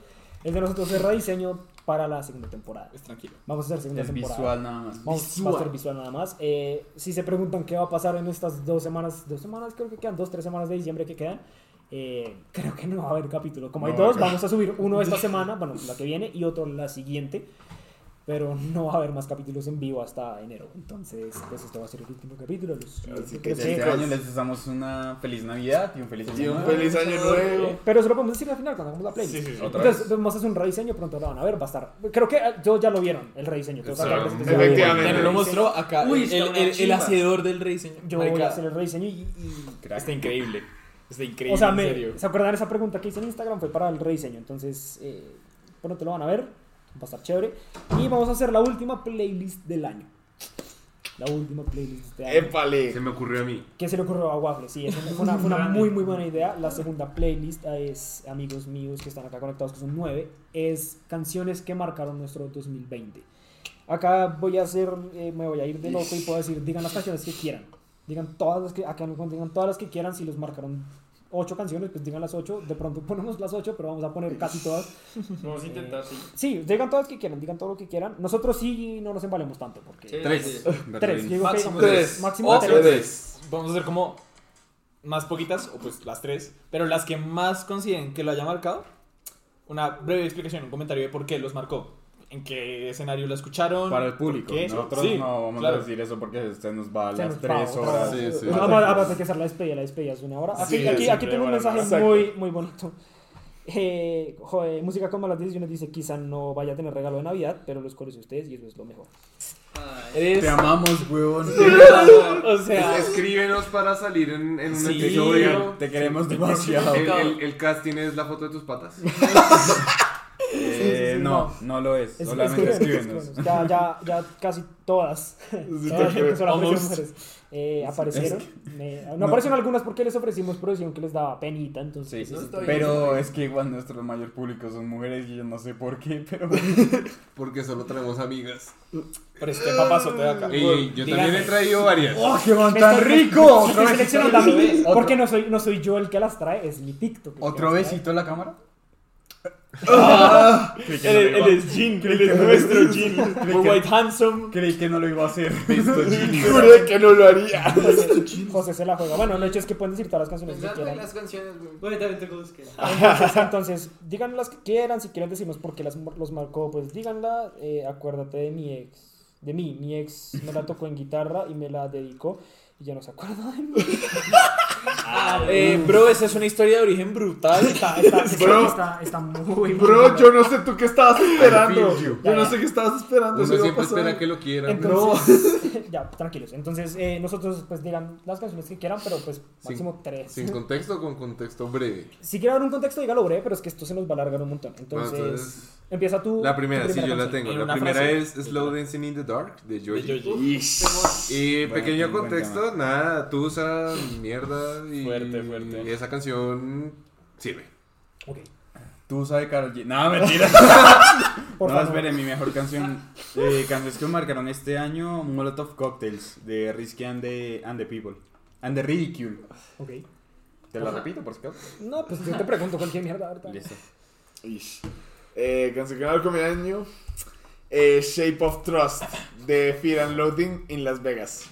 B: El de nosotros es rediseño para la segunda temporada.
C: Es tranquilo.
B: Vamos a hacer segunda
G: Es
B: temporada.
G: visual nada más.
B: Vamos a hacer visual nada más. Eh, si se preguntan qué va a pasar en estas dos semanas, dos semanas creo que quedan, dos, tres semanas de diciembre que quedan, eh, creo que no va a haber capítulo. Como hay
G: No va a
B: dos,
G: haber.
B: vamos a subir uno esta semana, bueno, la que viene y otro la siguiente. Pero no va a haber más capítulos en vivo hasta enero. Entonces, pues este va a ser el último capítulo. los-
H: Así que
B: los-
G: Este
H: Chicos.
G: año les deseamos una feliz Navidad y un feliz año
H: Y un
G: nuevo.
H: feliz año nuevo.
B: Pero eso lo podemos decir al final cuando hagamos la playlist. Entonces, vamos a hacer un rediseño, pronto lo van a ver, va a estar. Creo que eh, yo ya lo vieron, el rediseño. Tengo que hablar de este tema.
D: Efectivamente.
C: Bueno, lo mostró acá.
F: Uy,
C: el,
F: está
C: el,
F: una
C: el- el
F: chimba.
C: hacedor del rediseño.
B: Yo voy a
C: Marica,
B: hacer el rediseño y- y
C: Está increíble. Está increíble.
B: O sea,
C: en
B: me-
C: serio.
B: ¿se acuerdan esa pregunta que hice en Instagram? Fue para el rediseño. Entonces, eh, pronto lo van a ver. Va a estar chévere. Y vamos a hacer la última playlist del año. La última playlist de año.
D: Se
H: Épale.
D: me ocurrió a mí.
B: ¿Qué se le ocurrió a Waffle? Sí, esa fue una, fue una muy, muy buena idea. La segunda playlist es, amigos míos que están acá conectados, que son nueve, es canciones que marcaron nuestro 2020. Acá voy a hacer, eh, me voy a ir de loco y puedo decir, digan las canciones que quieran. Digan todas las que, acá no digan todas las que quieran, si los marcaron ocho canciones, pues digan las ocho. De pronto ponemos las ocho, pero vamos a poner casi todas.
I: Vamos a intentar, sí.
B: Sí, digan todas las que quieran, digan todo lo que quieran. Nosotros sí no nos embalemos tanto, porque...
I: Sí.
G: Tres.
B: Tres, yo digo que-
C: Máximo
H: tres.
B: Máximo
C: O
B: tres.
H: Tres.
C: vamos a hacer como más poquitas, o pues las tres, pero las que más consideren que lo haya marcado, una breve explicación, un comentario de por qué los marcó, en qué escenario lo escucharon.
G: Para el público.
C: ¿Qué?
G: Nosotros
C: Sí,
G: no vamos
C: claro.
G: a decir eso porque usted nos va a
B: Se
G: las
B: nos va
G: tres
B: otra
G: horas.
B: vez.
H: Sí, sí.
B: No, Aparte aparte hay que hacer la despedida, la despedida es una hora. Aquí,
C: Sí,
B: aquí,
C: siempre
B: aquí tengo un
C: van a
B: mensaje
C: hablar.
B: muy, muy bonito. Eh, joder, música como las 10 y uno dice, quizá no vaya a tener regalo de Navidad, pero los conoce ustedes y eso es lo mejor.
C: Eres-
G: Te amamos, huevón.
C: o sea,
D: Escríbenos para salir en, en un
C: Sí.
D: episodio.
G: Te queremos demasiado.
D: El, el- el casting es la foto de tus patas.
G: Eh, no, no lo es.
B: Es-
G: Solamente
B: escríbenos,
G: escríbenos.
B: escríbenos. Ya, ya, ya casi todas. todas
H: creo.
B: empezaron a aparecer
C: Almost.
B: mujeres. Eh, aparecieron. Me- no, aparecieron algunas porque les ofrecimos producción que les daba penita,
G: Sí,
B: entonces...
G: pero es que igual nuestro mayor público son mujeres y yo no sé por qué, pero
D: Porque solo traemos amigas.
C: pero este papazote de acá.
D: Ey, ey, yo también he traído varias.
G: ¡Oh, qué man tan
B: Estoy-
G: rico!
B: estoy seleccionando a mí,
G: Otro-
B: porque no soy, no soy yo el que las trae, es mi TikTok. el que
G: ¿Otro
B: las trae.
G: besito a la cámara? Creí que no
C: Ah, Él,
G: lo
C: él
G: iba-
C: es Jin, él es nuestro Jin.
G: que no-
C: Muy white handsome.
G: Creí que no lo iba a hacer.
H: Juré que no lo haría.
B: José, José se la juega. Bueno, lo hecho es que pueden decir todas las canciones que
I: Pensando en
B: quieran.
I: las canciones, güey.
F: Bueno, también tengo que buscar.
B: Entonces, entonces, digan las que quieran. Si quieren decirnos por qué las, los marcó, pues díganla. Eh, acuérdate de mi ex. De mí, mi ex me la tocó en guitarra y me la dedicó. Y ya no se acuerda de mí.
C: Eh, bro, esa es una historia de origen brutal.
B: Está, está, está,
H: Bro.
B: está, está muy
H: Bro, yo no sé tú qué estabas esperando.
D: feel you.
H: Yo no sé qué estabas
D: Uno
H: esperando. eso iba a
D: siempre
H: pasar.
D: espera que lo quieran.
B: Entonces, ya, tranquilos. Entonces, eh, nosotros pues digan las canciones que quieran, pero pues
D: Sin-
B: máximo tres.
D: Sin contexto o con contexto breve.
B: Si quieren dar un contexto, dígalo breve, pero es que esto se nos va a alargar un montón. Entonces,
D: Bueno, Ah, entonces,
B: empieza tú.
D: La
B: tu
D: primera, sí, yo la
B: canción.
D: tengo.
C: En
D: La
C: una
D: primera
C: frase.
D: es Slow Dancing in the Dark de Georgie.
G: Ish.
D: Y
G: Bueno,
D: pequeño
G: un buen
D: contexto, nada, Tusa, mierda y
C: Fuerte, fuerte.
D: y esa canción sirve.
B: Ok,
G: Tú sabes, Karol G. No, mentira.
B: por
G: no,
B: favor.
G: espere, mi mejor canción. Eh, canciones que me marcaron este año: Molotov Cocktails de Risky and the, and the People. And the Ridicule.
B: ok.
G: Te la repito, por si acaso.
B: No, pues yo te pregunto cualquier mierda ahorita.
G: Listo.
H: Ish. Eh, canción que marcó mi año. eh, Shape of Trust de Fear and Loathing en Las Vegas.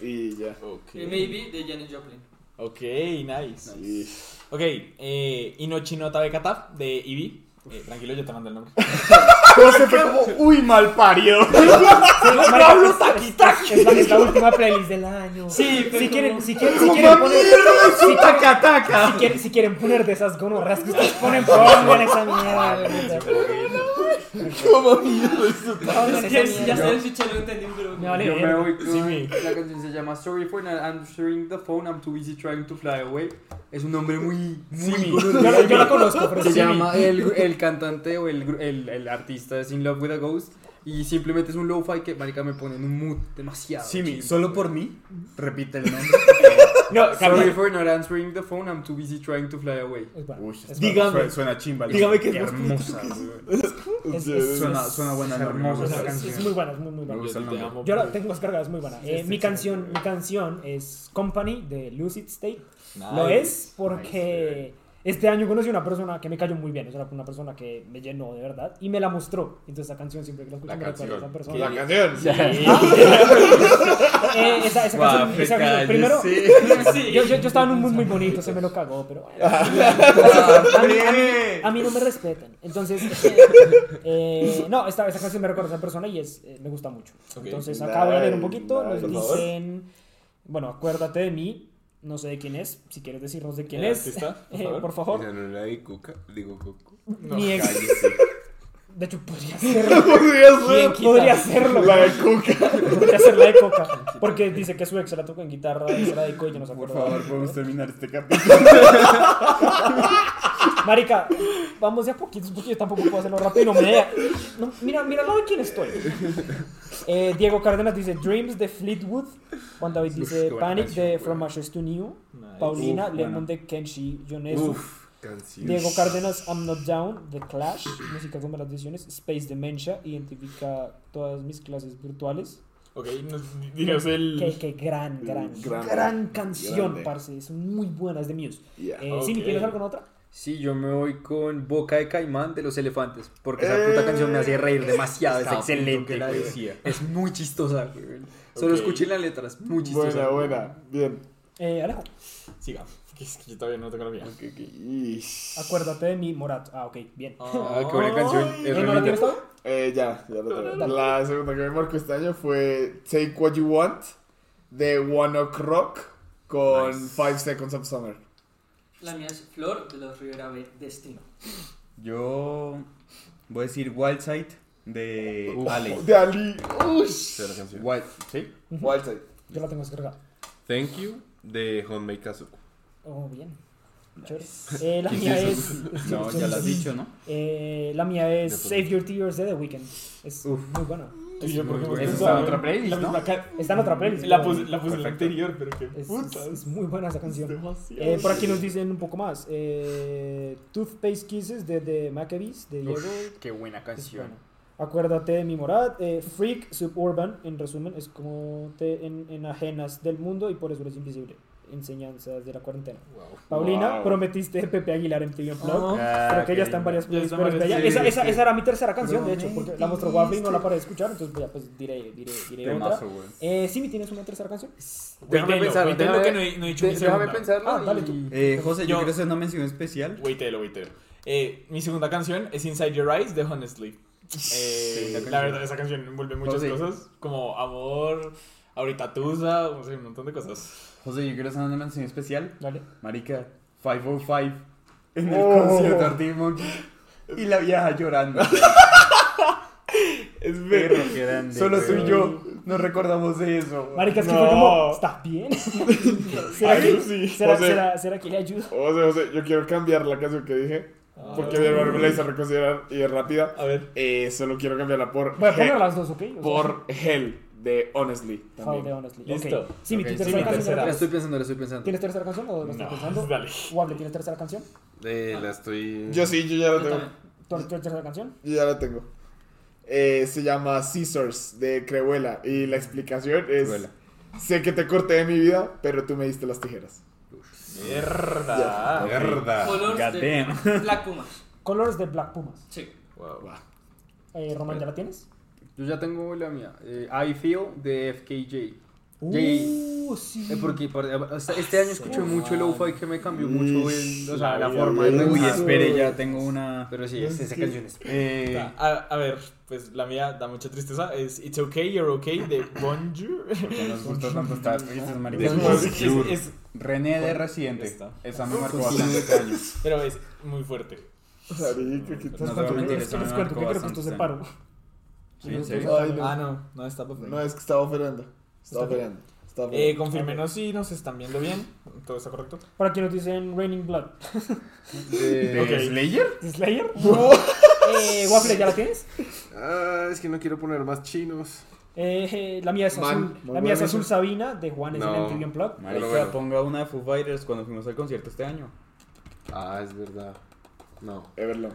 H: Y ya.
C: Ok.
I: Eh, Maybe de Janis Joplin.
C: Ok, nice.
H: Y-
C: Ok, eh, Inochinota Bekata de Eevee. Eh, tranquilo, yo te mando el nombre.
H: se fue como, uy, mal parió.
B: Pablo Taki Taki. Es la, es la última playlist del año. Sí, si quieren, si quieren, si quieren poner. Si quieren, si quieren, si quieren poner de esas gonorras que ustedes ponen, pongan esa mierda. Pongan esa
I: Ya
B: mierda.
I: sé el fichero lo entendí, pero.
B: Me vale
E: Yo me
B: verga.
E: voy con- La canción se llama Sorry for not answering the phone, I'm too busy trying to fly away. Es un nombre muy... muy
B: Yo, la- yo la conozco, pero
E: se
B: sí.
E: llama el, el cantante o el, gru- el, el artista es In Love with a Ghost. Y simplemente es un lo-fi que, marica, me pone en un mood demasiado.
G: Simi,
E: chido.
G: solo por mí, Eh, repite el nombre.
C: No,
E: Sorry
C: Carlos,
E: for not answering the phone, I'm too busy trying to fly away.
B: Es bueno.
G: Uy,
B: Es
C: Dígame.
G: Suena, suena chimba.
C: Dígame que es más
G: hermosa. güey.
B: Es- es-
G: Suena,
B: es-
G: suena buena,
E: es
G: hermosa
B: es-
G: esa
B: es- es
G: canción.
B: muy buena, es muy, muy buena.
G: gusta el
C: te
G: nombre.
C: amo.
B: Yo la tengo descargada, es muy buena. Eh, mi, canción, mi canción es Company de Lucid State.
C: Nice.
B: Lo es porque este año conocí a una persona que me cayó muy bien. Es una, una persona que me llenó de verdad y me la mostró. Entonces, esa canción siempre que la escucho
D: La
B: me recuerda a
D: canción.
B: esa persona.
D: La canción.
B: Eh, esa, esa canción,
G: Guau,
B: esa-
G: cállese.
B: primero,
I: Sí.
B: yo, yo, yo estaba en un mood muy bonito, se me lo cagó, pero bueno. A mí, a mí- a mí no me respetan. Entonces, eh, eh, no, esta, esta canción me recuerda a esa persona y es, eh, me gusta mucho.
C: Ok.
B: Entonces, acá voy a leer un
H: Nice,
B: poquito.
H: nice,
B: Nos
H: por favor.
B: dicen, bueno, acuérdate de mí. No sé de quién es, si quieres decirnos de quién
C: ¿El
B: es,
C: artista? Por
B: eh,
C: favor.
B: por favor.
D: Ya no era de Cuca, digo Coco.
B: Mi ex. De hecho, podría ser.
H: Podría ser
B: Podría serlo.
H: la de Cuca.
B: Podría ser la de Coca. Porque dice que su ex se la tocó en guitarra y se la dedicó y yo no se
G: Por
B: acuerda.
G: favor, podemos terminar este capítulo.
B: Marica, vamos de a poquitos porque yo tampoco puedo hacerlo rápido. No me deja. No, mira, mira al lado de quién estoy. Eh, Diego Cárdenas dice Dreams de Fleetwood. Juan David dice
G: qué buena
B: Panic
G: canción,
B: de
G: güey.
B: From Ashes to New.
C: Nice.
B: Paulina
G: Uf,
B: Lemon
G: buena.
B: de Kenshi Yonesu.
D: Uf, canción.
B: Diego Cárdenas, I'm Not Down, The Clash, Música con malas decisiones, Space Dementia, identifica todas mis clases virtuales.
C: Ok, nos digas el.
B: Qué, qué gran, gran, gran,
H: Gran-
B: canción,
H: grande.
B: parce. Es muy buena, es de Muse.
H: Yeah.
B: Eh, Simi,
C: Ok.
B: ¿tienes alguna otra?
E: Sí, yo me voy con Boca de Caimán de los Elefantes. Porque esa
H: Eh.
E: puta canción me hace reír demasiado. Es
G: Estaba a punto
E: excelente.
G: que la
E: güey.
G: decía.
E: Es muy chistosa. güey. Solo
C: Ok.
E: escuché la letra, es muy chistosa.
H: Buena, buena. Bien.
B: Eh, Alejo,
C: Siga. Que es que yo todavía no tengo la mía.
H: Ok, ok. Ish.
B: acuérdate de mi Morat. Ah, ok, bien.
E: Ah, qué buena canción. Es
B: ¿Eh, ¿No la
E: bonita.
B: tienes todo?
H: Eh, ya, ya lo tengo. La segunda que me marcó este año fue Take What You Want de One Ok Rock con 5 Seconds of Summer.
I: La mía es Flor de los Rivera B. Destino.
G: Yo voy a decir Wildside de Ale.
H: De Ali. Ush.
D: Esa era la canción.
G: Wild, ¿sí?
H: Wildside.
B: Yo la tengo descargada.
D: Thank You de Honmei Kazuko.
B: Oh, bien. Chévere. Eh, la mía es.
G: No, ya lo has dicho, ¿no?
B: Eh, la mía es
D: Ya, pues.
B: Save Your Tears de The Weeknd. Es muy buena.
C: Y yo, ¿por qué me
G: buena.
C: puse
G: Está en
C: esa-
G: otra playlist,
C: la
G: ¿no?
C: misma ca-
B: Está en otra playlist.
C: La
B: pero-
C: puse, la puse en la
G: Perfecto.
C: anterior, pero qué
B: Es,
C: puta.
B: es- es muy buena esa canción. Eh, por aquí nos dicen un poco más. Eh, Toothpaste Kisses de The Maccabees, de Diego.
E: Uf, qué buena
B: Es
E: canción.
B: buena. Acuérdate de mi morad. eh, Freak Suburban, en resumen, es como te en, en ajenas del mundo y por eso eres invisible. Enseñanzas de la cuarentena. Paulina,
H: Wow.
B: prometiste de Pepe Aguilar en TV Unplugged.
G: Ah,
B: Creo que
G: qué
B: ya está en
G: lindo.
B: varias
C: Ya
B: playlists,
C: está
B: pero es
C: varias-
B: bella.
C: sí,
B: esa,
C: sí,
B: esa,
C: sí.
B: esa era mi tercera canción, de hecho, porque la mostró Waffle y no la paré de escuchar, entonces ya pues diré, diré, diré otra.
G: Temazo, güey.
B: Eh, Simi, ¿tienes una tercera canción?
E: Déjame
C: Waitelo,
E: pensarlo.
C: waitelo
E: Déjame,
C: que no he- no he dicho mi
E: de- déjame
C: segunda.
E: pensarlo.
B: Ah, dale
E: y-
B: tú.
G: Eh, José, yo
C: Yo-
G: quiero hacer una mención especial.
C: Waitelo, waitelo. Eh, mi segunda canción es Inside Your Eyes de Honestly. Eh,
G: Linda
C: la
G: canción.
C: verdad, esa canción envuelve muchas
G: José.
C: cosas, como amor, ahorita tusa, no sé, un montón de cosas.
G: José, yo quiero hacer una mención especial.
B: Dale.
G: Marica, 505 en el
H: Oh.
G: concierto Artie Monkey. Y la vieja llorando.
H: Es
G: Perro grande,
H: Solo tú
G: güey.
H: y yo.
G: Nos recordamos de eso.
B: Marica, es que
C: No.
B: fue como, ¿estás bien? ¿Será, que,
D: sí.
B: ¿Ah, será-
D: O sea-
B: será- será que le ayudo?
D: José, José, yo quiero cambiar la canción que dije.
B: Ah.
D: Porque mi hermano me la hizo reconsiderar y es rápida.
C: A ver.
D: Eh, solo quiero cambiarla por
B: Voy a
D: He-
B: poner las dos, ¿ok? O sea,
D: por Hell de Honestly.
B: Foul de
D: También.
B: Honestly.
C: Listo.
B: Ok. Sí, mi
E: Ok,
B: tu
E: sí,
B: tercera canción.
C: mi tercera.
E: La
B: ¿verdad?
E: estoy pensando, la estoy pensando.
B: ¿Tienes tercera canción o la estás pensando?
C: Ah, dale.
B: Wable, ¿tienes tercera canción?
D: Eh, la estoy.
H: Yo sí, yo ya la tengo.
B: ¿Tú tienes tercera canción?
H: Yo ya la tengo. Eh, se llama Scissors de Crehuela. Y la explicación es:
G: Cruella.
H: Sé que te corté de mi vida, pero tú me diste las tijeras.
D: Ah,
C: Mierda.
F: Ah,
G: Mierda.
I: Colors de
G: Goddamn.
I: Black Pumas.
B: Colors de Black Pumas.
I: Sí.
B: Eh, Román, ¿ya la tienes?
E: Yo ya tengo la mía. eh, I Feel de FKJ.
B: Uh, sí.
E: Eh, porque por- o sea, este año escuché mucho el lo-fi que me cambió mucho el- o sea, la
H: Uy,
E: forma de
G: Uy,
E: pensar.
G: espere, ya tengo una.
E: Pero sí, es-
G: Esa canción es. Eh,
C: Ah, A, a ver, pues la mía da mucha tristeza. Es It's Okay, You're Okay de Bonjour.
G: ¿por qué nos gustó tanto estas tristes, marica?
C: Después, es- es-
G: René de Residente.
C: Esta.
G: Esa me marcó bastante años.
C: pero es muy fuerte.
H: Marica, ¿qué
G: No
H: tal?
G: te voy a mentir,
B: Es que
G: esa me
B: les cuento
G: marcó
B: que creo que
G: bastante.
B: esto se paró.
G: Sí, en serio.
H: Ay, no.
C: Ah, no, no está perfecto.
H: No, es que estaba oferando. Estaba oferando. Estaba
C: Eh,
H: oferando.
C: confirmenos si nos están viendo bien. ¿Todo está correcto?
B: Para quienes nos dicen Raining Blood.
G: ¿De
C: Ok.
G: Slayer?
B: ¿Slayer? Eh, Waffle, ¿ya la tienes?
D: Ah, es que no quiero poner más chinos.
B: Eh, eh, la mía es
D: Man,
B: azul.
D: muy
B: la mía es
D: buena
B: azul
D: esa.
B: Sabina de Juan es
D: No.
B: el Unplugged.
G: Marica,
D: bueno.
G: ponga una de Foo Fighters cuando fuimos al concierto este año.
D: Ah, es verdad. No.
H: Everlong.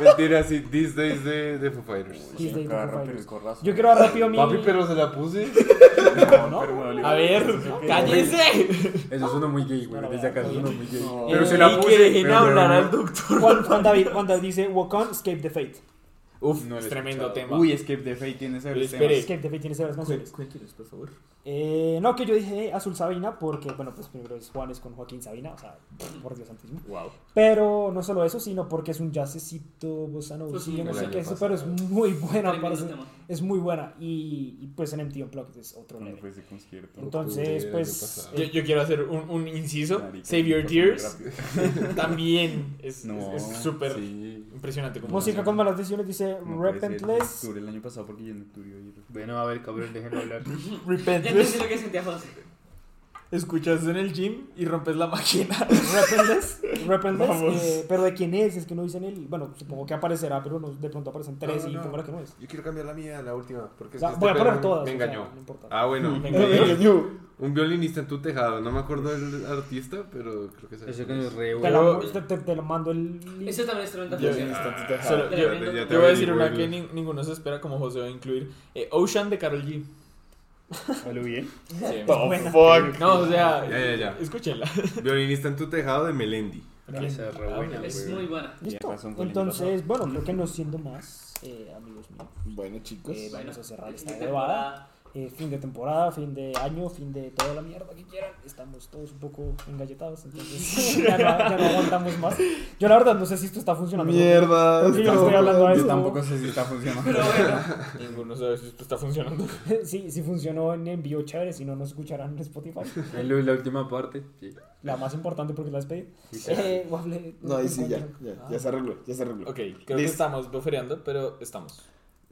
D: Mentira, sí. These days de, de Foo Fighters.
B: Kiss de
G: Siempre va a
B: Foo
G: romper
B: Fighters.
G: el corazón.
B: Yo quiero dar rápido mi.
D: Papi, pero se la puse.
G: No, pero me dolió.
C: A ver, cállese.
G: Eso suena muy gay, güey. Desde acá suena muy gay.
C: Pero se la puse. Eh, Y que dejen hablar al doctor.
B: Juan, Juan David, Juan David dice Walk on, Escape the Fate.
C: Uf,
G: No lo he
C: tremendo
G: escuchado.
C: tema.
G: Uy, Escape the Fate tiene ese
C: Pero
G: tema.
C: espere.
B: Escape the Fate tiene varias
C: Cu-
B: canciones.
C: cuéntenos, por favor.
B: Eh, no, que yo dije eh, Azul Sabina porque, bueno, pues primero es Juan es con Joaquín Sabina, o sea, por Dios santísimo.
C: Wow.
B: Pero no solo eso, sino porque es un jazzecito, bossa nova,
I: Pues
B: sí,
I: sí,
B: yo no
D: el
B: sé
D: año
B: qué es,
D: pasado.
B: pero es muy buena.
I: Tremendo
B: parce.
I: tema.
B: Es muy buena. Y, y, pues en MTV Unplugged es otro
G: Cuando
B: nivel.
G: fue ese concierto.
B: Entonces,
D: Octubre del
B: pues.
D: año
C: Yo, yo quiero hacer un, un inciso.
G: Marica,
C: Save Your
G: pasó muy
C: Tears
G: rápido.
C: también es
G: No,
C: es- es súper
D: Sí.
C: impresionante. como
B: eh, Música con malas decisiones dice
G: No puede ser,
B: Repentless.
G: en octubre el año pasado porque yo no tuve oído.
E: Bueno, a ver, cabrón, déjenlo hablar.
I: Ya
C: Repentless.
I: entendí lo que sentía José.
C: Escuchas en el gym y rompes la máquina.
B: Repentless. Repentless.
C: Vamos.
B: eh, pero de quién es, es que no dicen él. Bueno, supongo que aparecerá, pero no- de pronto aparecen tres y como era que no es.
D: Yo quiero cambiar la mía, la última.
B: O
D: Porque es
B: sea,
D: que este
B: voy a poner
D: perro
B: todas.
D: Me
B: o sea,
D: engañó.
B: no importa.
D: ah, bueno.
C: Me
D: Eh,
C: engañó.
D: Un violinista en tu tejado. No me acuerdo del artista, pero creo que es
E: Eso que nos re
B: Te, la- te- te- te lo mando el.
I: Ese también es tremenda
C: Yo-
I: canción.
C: Solo-
I: Ya,
C: yo,
I: ya,
D: ya
C: yo
D: te
C: voy a
D: averiguo
C: decir una
D: el-
C: que ni- ninguno se espera, como José va a incluir. Eh, Ocean de Carol G.
G: ¿Salió bien?
H: Oh,
B: buena.
H: fuck.
C: No, o sea,
D: Ya, ya, ya.
C: escúchenla.
D: Violinista en tu tejado de Melendi.
E: Esa es re buena,
I: Es
E: güey.
I: muy buena.
B: Listo.
G: Ya pasó un poquito
B: Entonces, bueno, creo que no siendo más, eh, amigos míos.
H: Bueno, chicos.
B: Eh, vamos a cerrar
I: Bueno,
B: esta
I: fin de
B: huevada.
I: temporada.
B: Eh, fin de temporada, fin de año, fin de toda la mierda que quieran. Estamos todos un poco engalletados, entonces ya, no, ya no aguantamos más. Yo la verdad no sé si esto está funcionando.
H: Mierda.
B: Porque yo estoy hablando a
G: Yo
B: esto.
G: tampoco sé si está funcionando.
I: Pero bueno,
C: Ninguno sabe si esto está funcionando.
B: Sí, sí funcionó en envío chévere, si no, no escucharán en Spotify.
E: Ahí lo- La última parte. sí.
B: La más importante porque es la despedida. Eh, Waffle,
H: No, ahí sí, ya.
B: encuentro.
H: Ya,
B: Ah.
H: ya se arregló. Ya se arregló.
C: Ok, creo que
H: Listo.
C: estamos bufereando, pero estamos.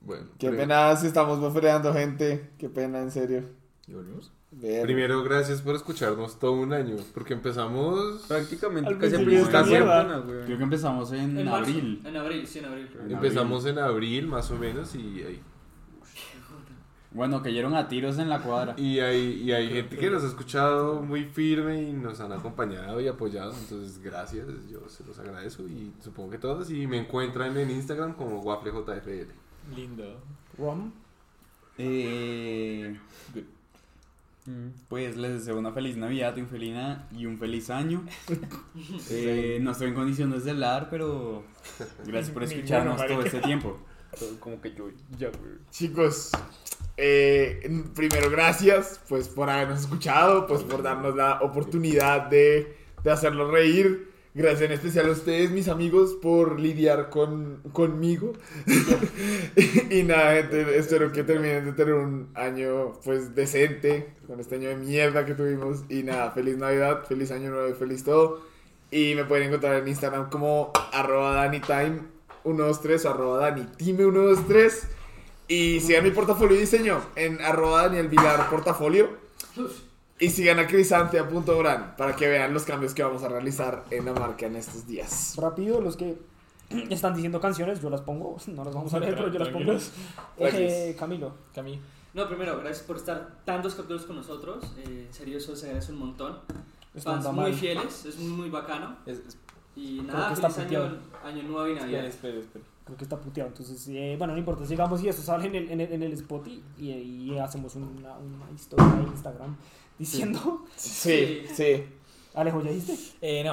D: Bueno.
H: Qué
D: pri-
H: pena si estamos bofreando, gente. Qué pena, en serio.
C: ¿Y volvemos?
H: Ver.
D: Primero, gracias por escucharnos todo un año. Porque empezamos.
E: Prácticamente
C: Al
E: casi al
C: principio
E: principio
D: está
E: de
D: mierda.
E: semana, güey.
G: Creo que empezamos en,
I: en marzo.
G: abril.
I: En abril, sí, en abril.
G: En
D: Empezamos en abril, más o menos. Y ahí.
G: abril. Bueno, cayeron a tiros en la cuadra.
D: Y hay, y hay gente que nos ha escuchado muy firme y nos han acompañado y apoyado. Entonces, gracias, yo se los agradezco y supongo que todos. Y me encuentran en Instagram como WaffleJFL.
C: Lindo.
B: Rom,
G: Eh, pues les deseo una feliz Navidad, un feliz na- y un feliz año. Eh, no estoy en condiciones de hablar, pero gracias por escucharnos todo este tiempo.
E: Como que yo ya, güey.
H: Chicos, eh, primero gracias pues por habernos escuchado, pues por darnos la oportunidad de, de hacerlos reír. Gracias en especial a ustedes, mis amigos, por lidiar con, conmigo. y nada, gente, espero que terminen de tener un año pues decente, con este año de mierda que tuvimos. Y nada, feliz Navidad, feliz año nuevo, feliz todo. Y me pueden encontrar en Instagram como arroba danitime123, arroba danitime123. Y sigan mi portafolio de diseño en arroba Daniel Vilar portafolio. Y sigan a crisantia.gran para que vean los cambios que vamos a realizar en la marca en estos días.
B: Rápido, los que están diciendo canciones, yo las pongo. No las vamos a leer, pero yo las pongo.
C: Tranquilos.
B: Eh, Camilo.
C: Camilo.
I: No, primero, gracias por estar tantos capítulos con nosotros. Eh, en serio, eso se agradece un montón. Fans
B: Espanta
I: muy
B: mal.
I: fieles, es muy bacano.
C: Es- es-
I: Y
B: que
I: nada,
B: está
I: feliz año, año nuevo y
C: Espera,
I: navidad.
C: espera, espera.
B: Creo que está puteado. Entonces, eh, bueno, no importa. Sigamos y eso sale en el, en el, en el spot y, y- y hacemos una, una historia en Instagram diciendo.
I: Sí,
C: sí.
B: Alejo, ¿ya dijiste?
C: Eh, no,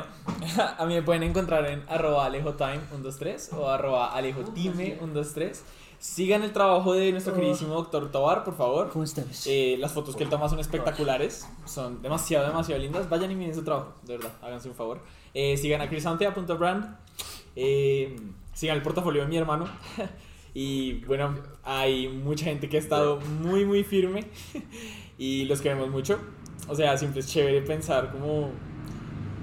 C: a mí me pueden encontrar en arroba alejotime123 o arroba alejotime123. Sigan el trabajo de nuestro queridísimo doctor Tobar, por favor.
B: ¿Cómo estás?
C: Eh, las fotos que él toma son espectaculares, son demasiado, demasiado lindas. Vayan y miren su trabajo, de verdad, háganse un favor. Eh, sigan a crisantea.brand, eh, sigan el portafolio de mi hermano. Y bueno, hay mucha gente que ha estado muy, muy firme y los queremos mucho. O sea, siempre es chévere pensar como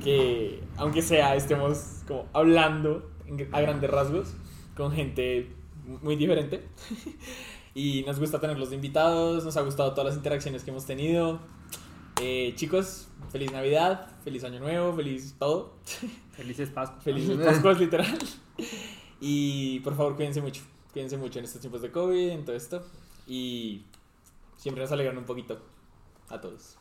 C: que, aunque sea, estemos como hablando en- a grandes rasgos con gente muy diferente. Y nos gusta tenerlos de invitados, nos ha gustado todas las interacciones que hemos tenido. Eh, chicos, feliz Navidad, feliz Año Nuevo, feliz todo.
E: Felices Pascuas.
C: Feliz Pascuas, literal. Y por favor, cuídense mucho. Cuídense mucho en estos tiempos de COVID, en todo esto. Y siempre nos alegran un poquito a todos.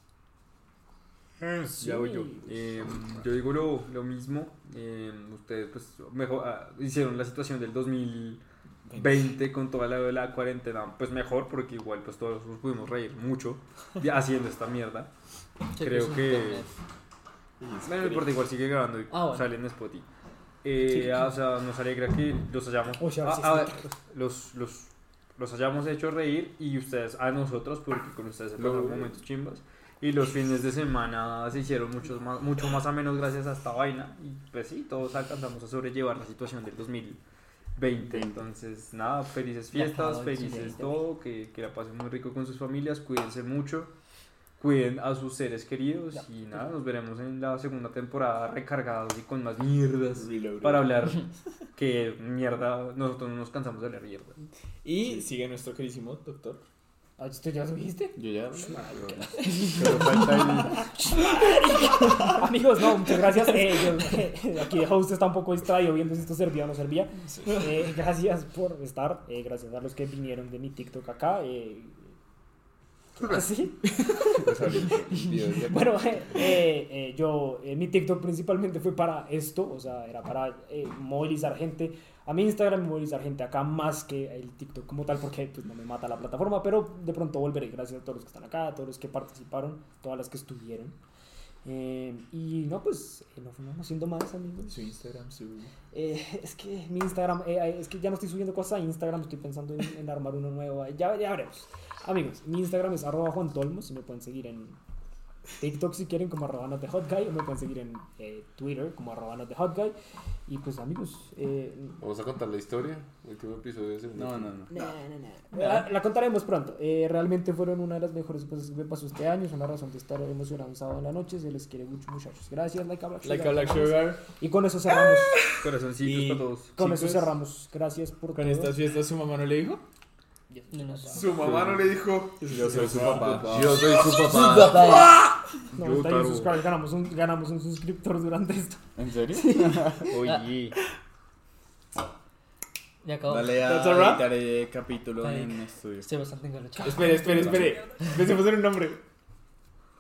E: Ya voy yo.
B: Sí.
E: Eh, yo digo lo, lo mismo. Eh, ustedes pues mejor, ah, hicieron la situación del 2020 con toda la, la cuarentena. Pues mejor porque igual pues todos nos pudimos reír mucho de- haciendo esta mierda. Creo que... Bueno, no importa, igual sigue grabando y
F: Ah, bueno.
E: sale en Spotify. Eh, ah, o sea, nos alegra que los hayamos,
B: O sea,
E: ah,
B: sí,
E: ah,
B: sí.
E: los, los, los hayamos hecho reír y ustedes a nosotros, porque con ustedes se pasaron momentos chimbas. Y los fines de semana se hicieron muchos más, mucho más a menos gracias a esta vaina. Y pues sí, todos alcanzamos a sobrellevar la situación del 2020. Entonces, nada, felices fiestas, felices todo, que, que la pasen muy rico con sus familias, cuídense mucho, cuiden a sus seres queridos y nada, nos veremos en la segunda temporada recargados y con más mierdas para hablar que mierda, nosotros no nos cansamos de leer mierda.
C: Y sigue nuestro queridísimo doctor.
B: Ah, ¿Tú ya lo dijiste?
G: Yo ya.
H: Pero falta el-
B: Amigos, no, muchas gracias. Eh, yo- aquí de host está un poco distraído viendo si esto servía o no servía. Eh, gracias por estar. eh, gracias a los que vinieron de mi TikTok acá. Eh, ¿Sí? Bueno, eh, eh, eh, yo, eh, mi TikTok principalmente fue para esto, o sea, era para eh, movilizar gente a mi Instagram, movilizar gente acá más que el TikTok como tal, porque pues, no me mata la plataforma, pero de pronto volveré. Gracias a todos los que están acá, a todos los que participaron, todas las que estuvieron. Eh, y no, pues eh, no fuimos haciendo más, amigos.
C: Su Instagram, su.
B: Eh, es que mi Instagram, eh, eh, es que ya no estoy subiendo cosas a Instagram, estoy pensando en, en armar uno nuevo. eh, Ya, ya veremos. Amigos, mi Instagram es arroba Juan Tolmos y me pueden seguir en TikTok si quieren como arroba not the hot guy o me pueden seguir en eh, Twitter como arroba not the hot guy. Y pues amigos, eh,
D: Vamos a contar la historia. Último episodio de ese.
G: No, no, no.
B: la, la contaremos pronto. Eh, realmente fueron una de las mejores cosas que me pasó este año. Es una razón de estar emocionado un sábado en la noche. Se les quiere mucho, muchachos. Gracias, like a Black
C: Like a
B: Sugar.
C: Black Sugar.
B: Y con eso cerramos.
E: Corazoncitos
C: Y-
E: para todos.
B: Con eso
C: Chicos.
B: cerramos. Gracias por
C: Con
B: todo.
C: estas fiestas su mamá no le dijo.
F: No, no sé.
H: Su mamá no le dijo.
G: Yo soy su papá.
D: Yo soy su papá.
B: 91
D: Yo, Taro.
B: subscribers, ganamos un, ganamos un suscriptor durante esto.
G: ¿En serio?
E: Oye.
F: Ya acabó.
G: Dale
C: That's a wrap.
G: a editar el capítulo
F: Dale.
G: en estudio.
F: Estoy bastante engalochado.
C: Espere, espere, espere. Pensemos en un nombre.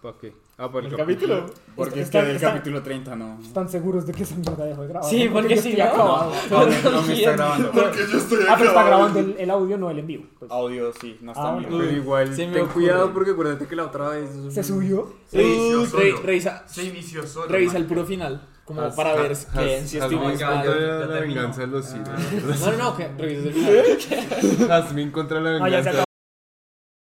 E: ¿Para qué? Ah, para
C: El capítulo.
G: Porque es que
B: Está-
G: el
B: está-
G: capítulo 30 no.
B: ¿Están seguros de que esa mierda dejó de grabar?
F: Sí,
B: ¿No?
F: porque
B: yo
F: si
B: estoy
F: no-
B: acabado.
G: No, no, no me está grabando.
H: Porque yo estoy
B: Ah, pero está
H: acabado.
B: grabando el, el audio, no el en vivo. pues.
G: Audio sí, no
B: Ah,
G: está bien.
E: Pero igual,
C: Se me
E: ten
C: ocurre.
E: cuidado porque acuérdate que la otra vez.
B: Se subió.
H: Se inició
C: Uy,
H: solo.
C: re- revisa,
H: Se inició solo.
C: revisa el puro final. Como
D: Has-
C: para ver
D: has-
C: que en
D: has-
C: sí
D: Jazmín
C: estuvimos mal.
D: contra
C: ya
D: la Ah.
C: terminó.
D: venganza de los
C: No,
D: sirios.
C: no, no, que revises el final.
D: Jazmín contra la
B: Ah, ya se
D: venganza